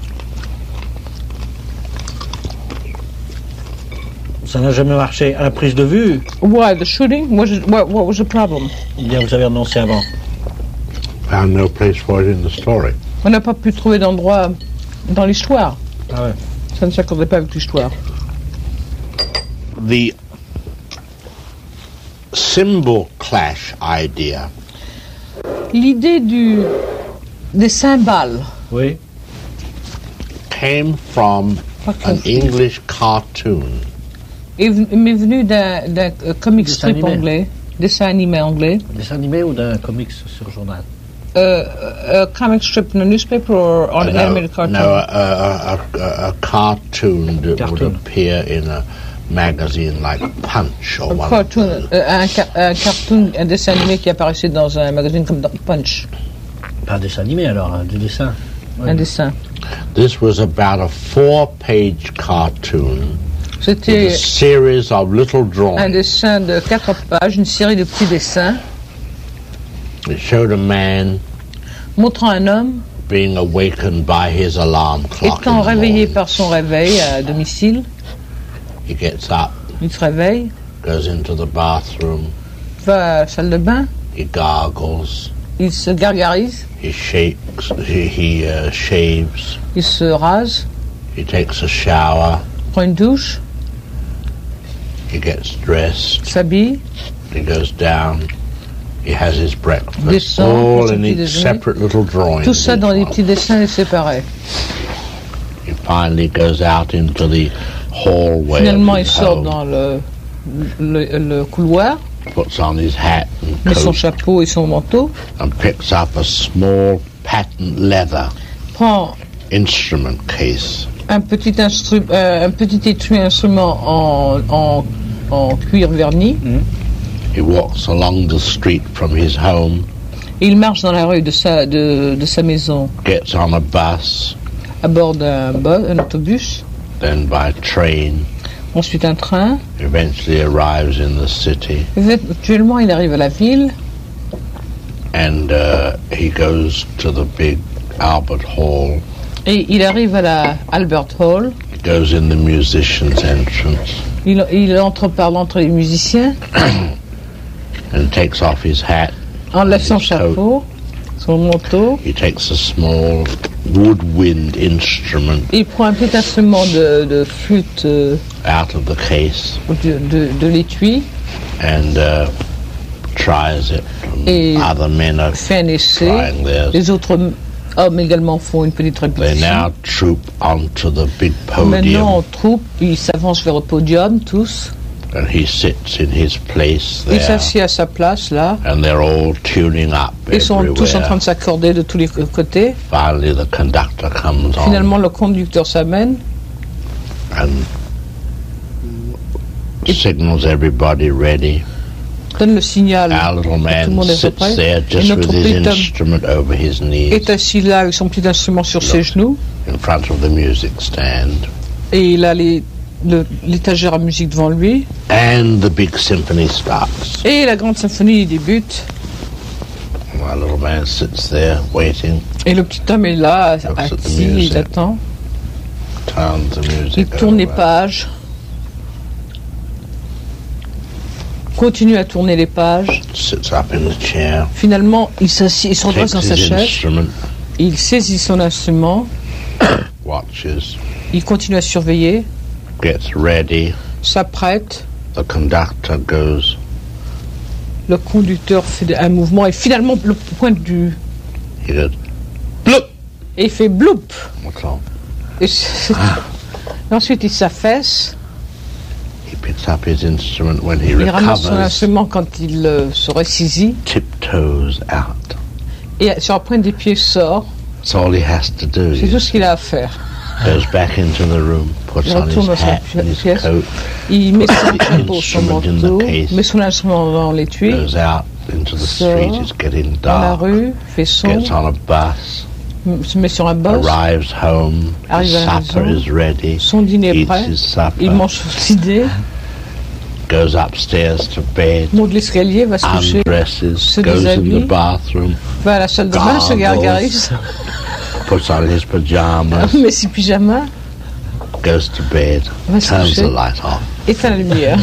Ça n'a jamais marché. À la prise de vue, Why the shooting? What, is, what, what was the problem? eh bien, vous avez annoncé avant. Found no place for it in the story. On n'a pas pu trouver d'endroit dans l'histoire. Ah ouais. Ça ne s'accordait pas avec l'histoire. The symbol clash idea L'idée du des cymbales Oui. came from par an contre, English cartoon. est venu- m'est venue d'un d'un, euh, comic Dessin strip animé. anglais, dessin animé anglais, Un Dessin animé ou d'un comics sur journal Euh, euh, comic strip in a newspaper or on an no, animated cartoon. no, a, a, a, a, a cartoon that would Cartoon. appear in a magazine like Punch or Un one. cartoon, of euh, un, ca- un cartoon, un dessin animé qui apparaissait dans un magazine comme dans Punch, Pas un dessin animé alors, hein, des dessins. un dessin. those. This was about a four-page cartoon C'était with a series of little un drawings. dessin de quatre pages, une série de petits dessins It showed a man montrant un homme being awakened by his alarm clock. étant in the réveillé morning. par son réveil à domicile. He gets up, Il se réveille, goes into the bathroom, va à la salle de bain, he gargles, il se gargarise, he shakes, he, he uh, shaves, il se rase, he takes a shower, prend une douche, he gets dressed. s'habille, He goes down. He has his breakfast. Descend, all son in petit each déjeuner. separate little drawing. tout ça each dans des one. petits dessins et séparés. He finally goes out into the hallway. of Finalement, il his sort home, dans le, le, le couloir, Puts on his hat and met son coat chapeau et son manteau, and picks up a small patent leather prend instrument case. un petit, instru- euh, un petit étui instrument en, en, en cuir verni. He walks along the street from his home, Et il marche dans la rue de sa, de, de sa maison gets on a bus, à bord d'un bo- un autobus, then by train. ensuite un train. Eventually arrives in the city, Actuellement, il arrive à la ville. and uh, he goes to the big Albert Hall. Et il arrive à la Albert Hall. He goes in the musician's entrance. Il, il entre par l'entrée des musiciens, and takes off his hat. enlève son chapeau, son manteau. He takes a small woodwind instrument Il prend un petit instrument de, de flûte euh, out of the case de, de, de l'étui and uh, tries it. And Et- Other men are fait un essai. trying theirs. Les autres hommes également font une petite They répétition. now troop onto the big Maintenant, en podium troupe, ils s'avancent vers le podium, tous. and he sits in his place Il there. s'assied à sa place, là. And they're all tuning up Ils sont tous en train everywhere. de s'accorder de tous les côtés. Finally, the conductor comes Finalement, on le conducteur s'amène. and signals everybody ready. donne le signal. Our little Tout le man monde est sits prêt. there just Et with notre his petit homme instrument over his est knees assis là avec son petit instrument sur ses Non. genoux in front of the music stand et il a les- le- l'étagère à musique devant lui and the big symphony starts. et la grande symphonie débute Our little man sits there waiting, et le petit homme est là assis, music. il attend, turns the il music tourne les over. pages continue à tourner les pages sits up in the chair, finalement il s'assit, il se redresse takes dans sa his chaise instrument, il saisit son instrument watches, il continue à surveiller gets ready. s'apprête The conductor goes, le conducteur fait un mouvement et finalement le point du he goes, et il fait bloup what's wrong? Et c'est- Ensuite, il s'affaisse, He picks up his instrument when he il ramasse son recovers, instrument quand il euh, se ressaisit, tiptoes out. et sur la pointe des pieds sort. That's all he has to do. C'est tout ce qu'il a à faire. goes back into the room, puts Il on his retourne dans sa hat pi- and his pièce. coat, Il met son Put chapeau, son instrument in the manteau, case. met son instrument dans l'étui, goes out into the Sort. street. It's getting dans la dark. rue, fait son, Gets on a bus, m- se met sur un boss, arrives home. Arrive His à la supper maison. is ready. son dîner est Eats prêt, his il supper. mange son idée, Goes upstairs to bed. monte l'escalier, va se coucher, Undresses. se Goes in the déshabille, bathroom. va à la salle de bain, se gargles. gargarise, puts on his pajamas, Mais ses pyjamas, goes to bed, va se turns the coucher, light off. éteint la lumière.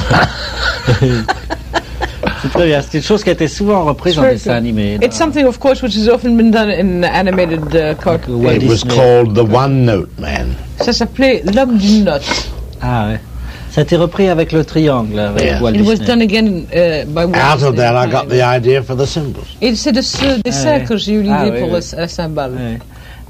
C'est très bien. C'est une chose qui a été souvent reprise dans Sure, les dessins sure. animés. It's something, of course, which has often been done in animated uh, cartoons. Walt it was Disney. called the One Note Man. Ça s'appelait L'homme d'une note. Ah ouais. Ça a été repris avec le triangle, avec Yeah. Walt It was Disney. done again uh, by Walt Out of Disney. that, I got the idea for the symbols Et c'est de ce dessin ouais. que j'ai eu l'idée Ah, ouais, pour ouais. le- la cymbale. Ouais.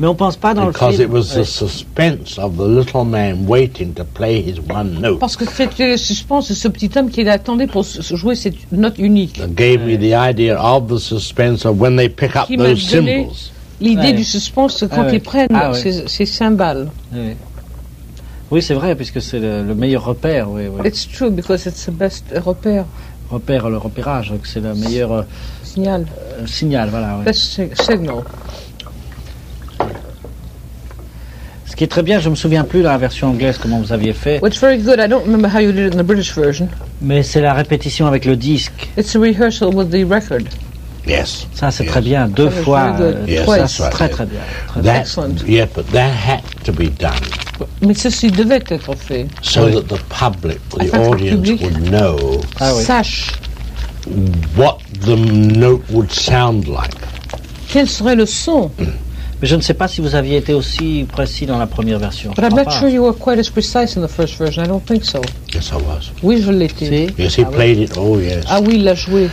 Mais on pense pas dans le because film. it was Ouais. the suspense of the little man waiting to play his one note Parce que c'était le suspense de ce petit homme qui l'attendait pour s- s- jouer cette note unique. that gave me the idea of the suspense of when they pick up Qui m'a those donné- symbols. L'idée Ouais. du suspense, c'est Ah quand ouais. ils prennent Ah ouais. ces, ces cymbales. Oui. Oui, c'est vrai, puisque c'est le, le meilleur repère, oui, oui. It's true because it's the best repère, Repère, le repérage, donc c'est le meilleur euh, signal, euh, signal, voilà. oui. best sig- signal. Ce qui est très bien, je me souviens plus dans la version anglaise comment vous aviez fait, Which very good. I don't remember how you did it in the British version. mais c'est la répétition avec le disque. It's a rehearsal with the record. Yes. Ça, c'est Yes. très bien, deux Ça, c'est fois. très good. euh, Yes, ça, that's c'est right. très très bien. très bien. That, Excellent. Yeah, but that had to be done Mais ceci devait être fait. so that the public, the Affect the audience, public. would know Ah oui. Sache what the note would sound like. quel serait le son. Mais je ne sais pas si vous aviez été aussi précis dans la première version. Je But I'm crois not pas. sure you were quite as precise in the first version. I don't think so. Yes, I was. Oui, je l'étais. Si. Yes, he played it. Oh, yes. Ah oui, il l'a joué.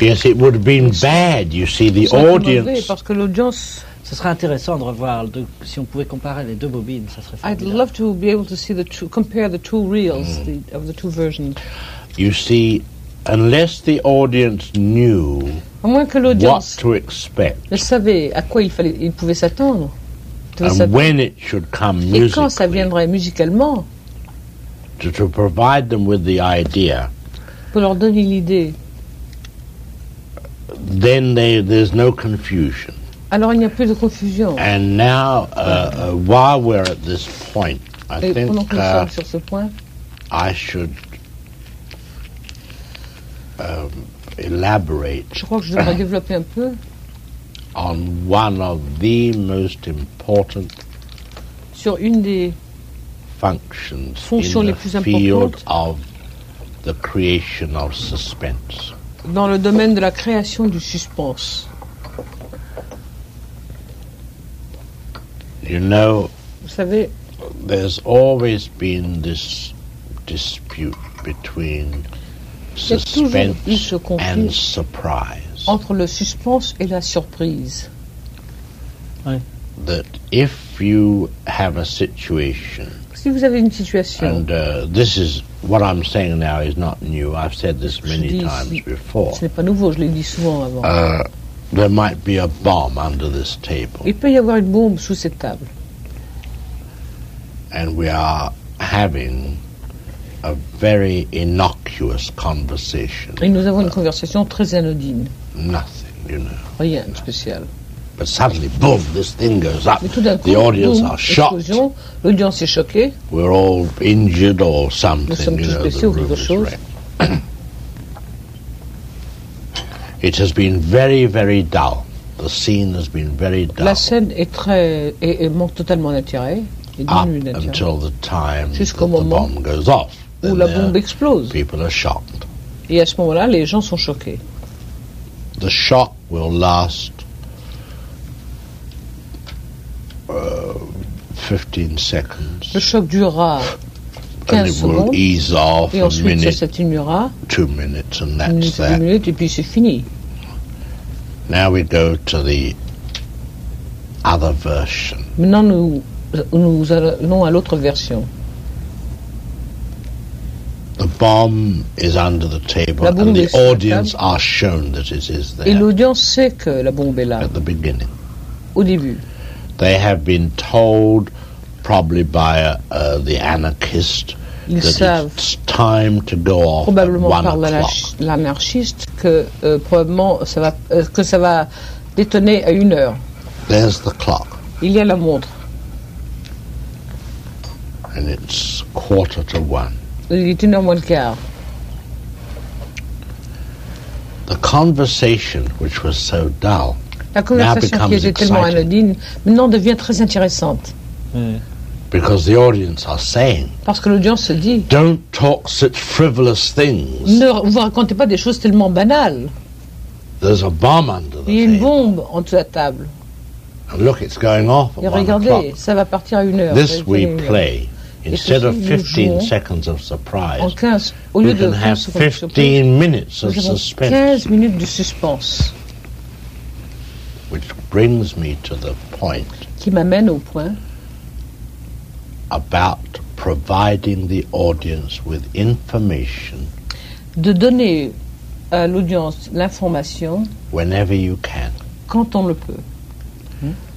Yes, it would have been bad. You see, the Ça a été mauvais audience. Parce que l'audience. Ce serait intéressant de revoir, de- si on pouvait comparer les deux bobines, ça serait I'd formidable. love to be able to see the two, compare the two reels Mm. the, of the two versions. You see, unless the audience knew À moins que what l'audience to expect ne savait à quoi il fallait, il pouvait s'attendre. Il devait and s'attendre. when it should come Et quand ça musically, viendrait musicalement, to, to provide them with the idea, pour leur donner l'idée. then they, there's no confusion. Alors il n'y a plus de confusion. And now, uh, uh, while we're at this point, I Et pendant think que nous uh, sommes sur ce point, I should um, elaborate je crois que je devrais développer un peu on one of the most important sur une des functions Fonction in les the plus field importantes. of the creation of suspense. dans le domaine de la création du suspense. You know, Vous savez, there's always been this dispute between il y a toujours eu suspense ce and conflit surprise. entre le suspense et la surprise. That if you have a situation Si vous avez une situation, And uh, this is what I'm saying now is not new. I've said this many Jeez. times before. ce n'est pas nouveau, je l'ai dit souvent avant. Uh, there might be a bomb under this table, Il peut y avoir une bombe sous cette table. and we are having a very innocuous conversation. Et nous avons une conversation très anodine, Nothing, you know. rien de spécial. But suddenly, boom! This thing goes up. Mais tout d'un coup, The audience boum, are shocked. explosion, l'audience est choquée. We're all injured or Nous sommes something. You tous know, blessés the ou quelque room is chose. wrecked. It has been very, very dull. The scene has been very dull. La scène est très, et, et manque totalement d'intérêt, et up diminue d'intérêt. until the time that Jusqu'au the moment bomb goes off. Où Then la there, bombe explose. people are shocked. Et à ce moment-là, les gens sont choqués. The shock will last uh, 15 seconds Le choc durera and 15 it will secondes, ease off et a ensuite ça minute, s'atténuera, two minutes, and une that's minute, deux that. minutes, et puis c'est fini. Now we go to the other version. Maintenant, nous, nous allons à l'autre version. The bomb is under the table, La and bombe the est sur la audience are shown that it is Et there l'audience sait que la bombe est là, at the beginning. au début. They have been told, probably by uh, uh, the anarchist, Ils that savent it's time to go off at probablement one par o'clock. l'anarchi- l'anarchiste que euh, probablement ça va euh, que ça va détonner à une heure. There's the clock, Il y a la montre. and it's quarter to one. Il est une heure moins le quart. The conversation, which was so dull, La conversation becomes qui était tellement exciting. anodine, maintenant devient très intéressante. Ouais. because the audience are saying, Parce que l'audience se dit, don't talk such frivolous things. ne vous racontez pas des choses tellement banales. There's a bomb under the Il y a une table. bombe en dessous de la table. And look, it's going off at Et one o'clock. regardez, ça va partir à une heure. euh, ça va This être we une heure. play. Instead of ceci, nous 15 jouons. seconds of En surprise, 15, au lieu we de can have 15 secondes de surprise, 15 minutes of nous avons suspense. 15 minutes de suspense Which brings me to the point qui m'amène au point about providing the audience with information de donner à l'audience l'information whenever you can. quand on le peut.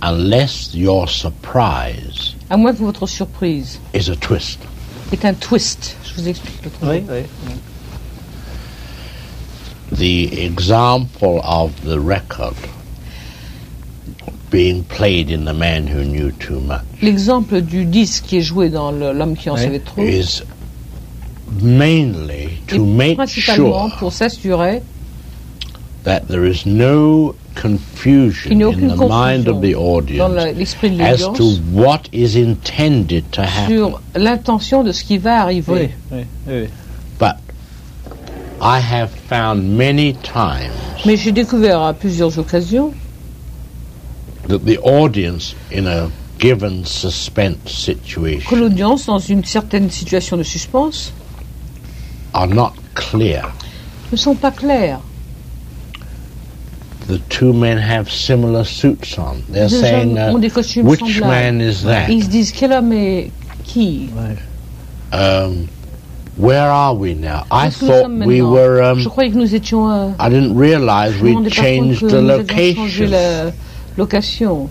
Unless your surprise À moins que votre surprise is a twist. est un twist. Je vous explique le truc. Oui, oui. The example of the record being played in The Man Who Knew Too Much L'exemple du disque qui est joué dans le- L'homme qui en Oui. savait trop est is mainly to make principalement sure pour s'assurer that there is no confusion qu'il n'y a in aucune the mind confusion of the dans la- audience l'esprit de as to l'audience what is intended to happen. sur l'intention de ce qui va Oui, arriver. oui, oui. I have found many times Mais j'ai découvert à plusieurs occasions that the audience in a given suspense que situation l'audience, dans une certaine situation de suspense, are not clear. ne sont pas claires. The two men have similar suits on. They're Deux saying, hommes uh, ont des costumes which semblables. man is Et Ils that? se disent quel homme est qui Um, where are we now? I Où est-ce que nous thought sommes we maintenant were. Je Um, croyais que nous étions. euh, I didn't realize je me we'd rendais pas compte changed que the nous avions changé location. la location.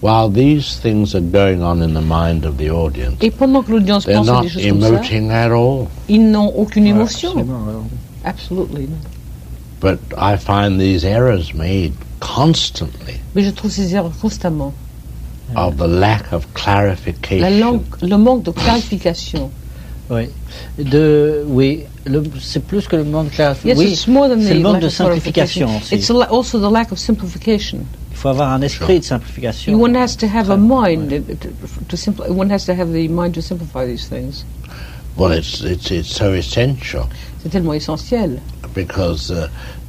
While these things are going on in the mind of the audience, Et pendant que l'audience they're pense à not des choses comme ça, emoting at all. ils n'ont aucune émotion. Ouais, absolument, ouais. Absolument. But I find these errors made constantly Mais je trouve ces erreurs constamment. of the lack of La clarification. langue, le manque de clarification. De, oui, le- c'est plus que le manque de clarification. Yes, Oui, it's more than c'est le the manque lack de of simplification aussi. clarification. It's la- also the lack of simplification. Il faut avoir un esprit de simplification. One has to have a Très- mind to, to simpli- One has to have the mind to simplify these things. Well, it's, it's, it's so essential C'est tellement essentiel. because uh,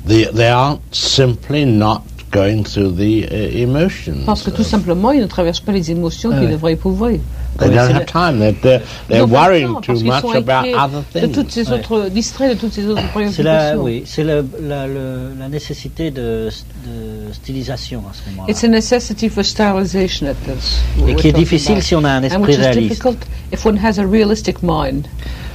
they, they aren't simply not going through the uh, emotions. Parce que tout Uh, simplement, ils ne traversent pas les émotions Ah qu'ils ouais. devraient éprouver. they Oui, don't c'est have la- time. They're, they're, Ils they're n'ont pas le worrying temps, too parce qu'ils much sont about inquiets other De toutes things. ces Ouais. autres distraits, de toutes ces autres C'est la, préoccupations. oui, c'est la, la, le- la nécessité de, de stylisation à ce moment-là. It's a necessity for stylization at this. Et qui est difficile si on a un And esprit which is réaliste. difficult if one has a realistic mind.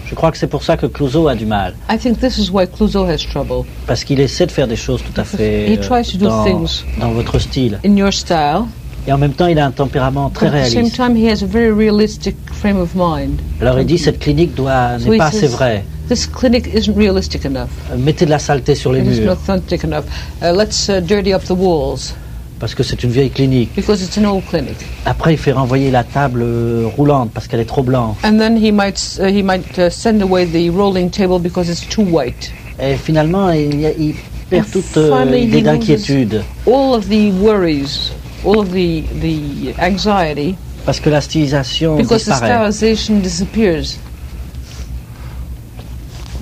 Je crois que c'est pour ça que Clouseau a du mal. I think this is why Clouseau has trouble. Parce qu'il essaie de faire des choses tout à fait He tries to do dans, things. dans votre style. In your style, Et en même temps, il a un tempérament très but at the same réaliste. time, he has a very realistic frame of mind. Alors il dit cette clinique doit n'est So he pas says- assez vraie. This clinic isn't realistic enough. Euh, Mettez de la saleté sur les It isn't murs authentic enough. Uh, let's uh, dirty up the walls parce que c'est une vieille clinique. because it's an old clinic. Après, il fait renvoyer la table euh, roulante parce qu'elle est trop blanche. And then he might s- uh, he might uh, send away the rolling table because it's too white. Et finalement, il, y a- il perd And toute euh, finally, idée he loses- d'inquiétude All of the worries, all of the the anxiety parce que la stylisation because the disparaît. stylization disappears.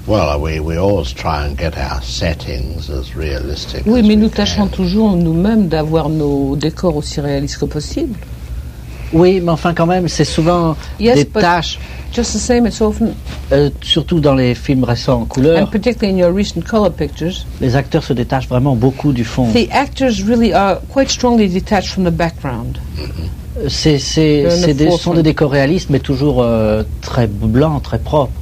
Well, we, we always try and get our settings as realistic Oui, as we mais nous can. tâchons toujours nous-mêmes d'avoir nos décors aussi réalistes que possible. Oui, mais enfin quand même, c'est souvent Yes, des but- tâches, Just the same, it's often, euh, surtout dans les films récents en couleur, and particularly in your recent color pictures, Les acteurs se détachent vraiment beaucoup du Hmm. fond. the actors really are quite strongly detached from the background. Euh, c'est, c'est, Le c'est des, neuf sont au des fond. décors réalistes, mais toujours euh, très blancs, très propres.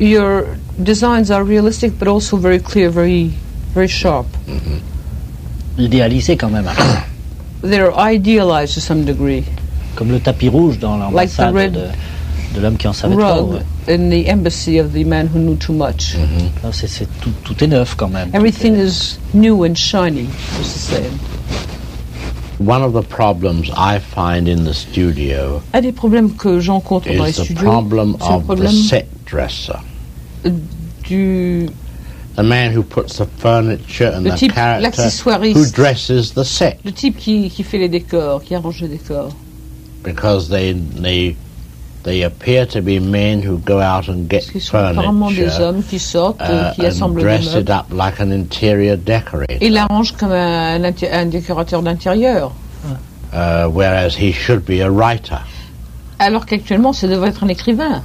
Your designs are realistic, but also very clear, very, very sharp. Idéalisés quand même, après. They're idealized to some degree, Comme le tapis rouge dans l'ambassade Like the red de, de l'homme qui en savait trop. rug ouais. in the embassy of the man who knew too much. Non, c'est, c'est tout, tout est neuf quand même. Everything is new and shiny, just the same. One of the problems I find in the studio Un des problèmes que je rencontre dans les is the studios, problem c'est le of the problème set dresser. euh, du the man who puts the furniture and Le the type, character l'accessoiriste. who dresses the set Le type qui, qui fait les décors, qui arrange les décors. because they they they appear to be men who go out and get Parce qu'ils sont apparemment furniture des hommes qui sortent, euh, uh, qui and assemblent des dress it meubles. up like an interior decorator, Et l'arrange comme un, inti- un décorateur d'intérieur. uh, whereas he should be a writer Alors qu'actuellement, ça devrait être un écrivain.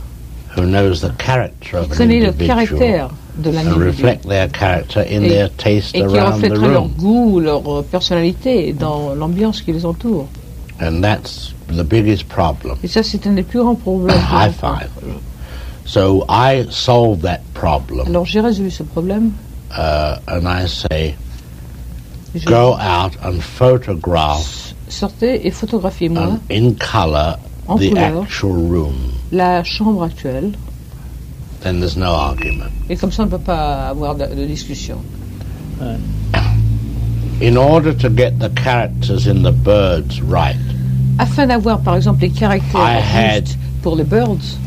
who knows the character Il of an connaît le individual caractère de and l'individu. reflect their character in Et- their taste Et qui around the reflètera leur room. goût, leur euh, personnalité dans l'ambiance qui les entoure. And that's the biggest problem Et ça, c'est un des plus grands problèmes. que Ah, I l'on rencontre. find. So I solve that problem Alors j'ai résolu ce problème. uh, and I say, Je go out and photograph sortez et photographiez-moi um, in color en the couleur actual room. la chambre actuelle. Then there's no argument. Et comme ça, on ne peut pas avoir de, de discussion. In order to get the characters in the birds right, Afin d'avoir, par exemple, les I caractères had- justes pour les birds,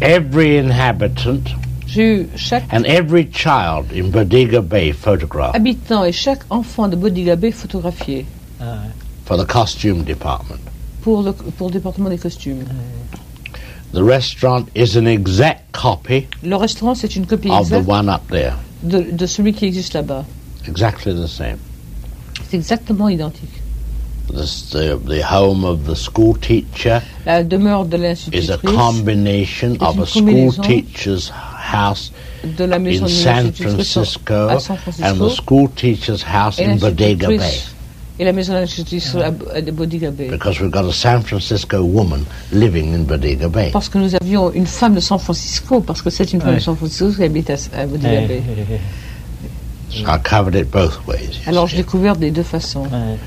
every inhabitant j'ai eu chaque and every child in Bodega Bay photographed habitant et chaque enfant de Bodhiga Bay photographié Ah, for the costume department. pour le, pour le département des costumes. The restaurant is an exact copy Le restaurant, c'est une copie of the exacte one up there. de, de celui qui existe là-bas. Exactly the same. C'est exactement identique. This, the, the home of the school teacher La demeure de is a l'institutrice, combination Es of un a school combinaison teacher's house de la maison in de San l'institutrice Francisco à San and the Francisco school teacher's house et in Bodega Bay. l'institutrice et la maison de l'institutrice à B- à de Bodhiga Bay. Because we've got a San Francisco woman living in Bodega Bay. Parce que nous avions une femme de San Francisco, parce que c'est une femme Ouais. de San Francisco qui habite à, à Bodega Ouais, Bay. ouais, So I covered it both ways. you Alors j'ai see. découvert des deux façons. ouais.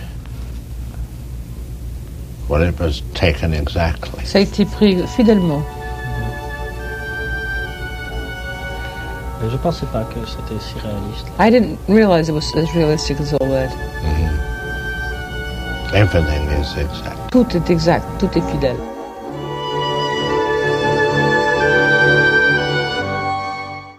Well, it was taken exactly. Ça a été pris fidèlement. Mais Je pensais pas que c'était si réaliste. I didn't realize it was as realistic as all that. Everything is exact. Tout est exact, tout est fidèle.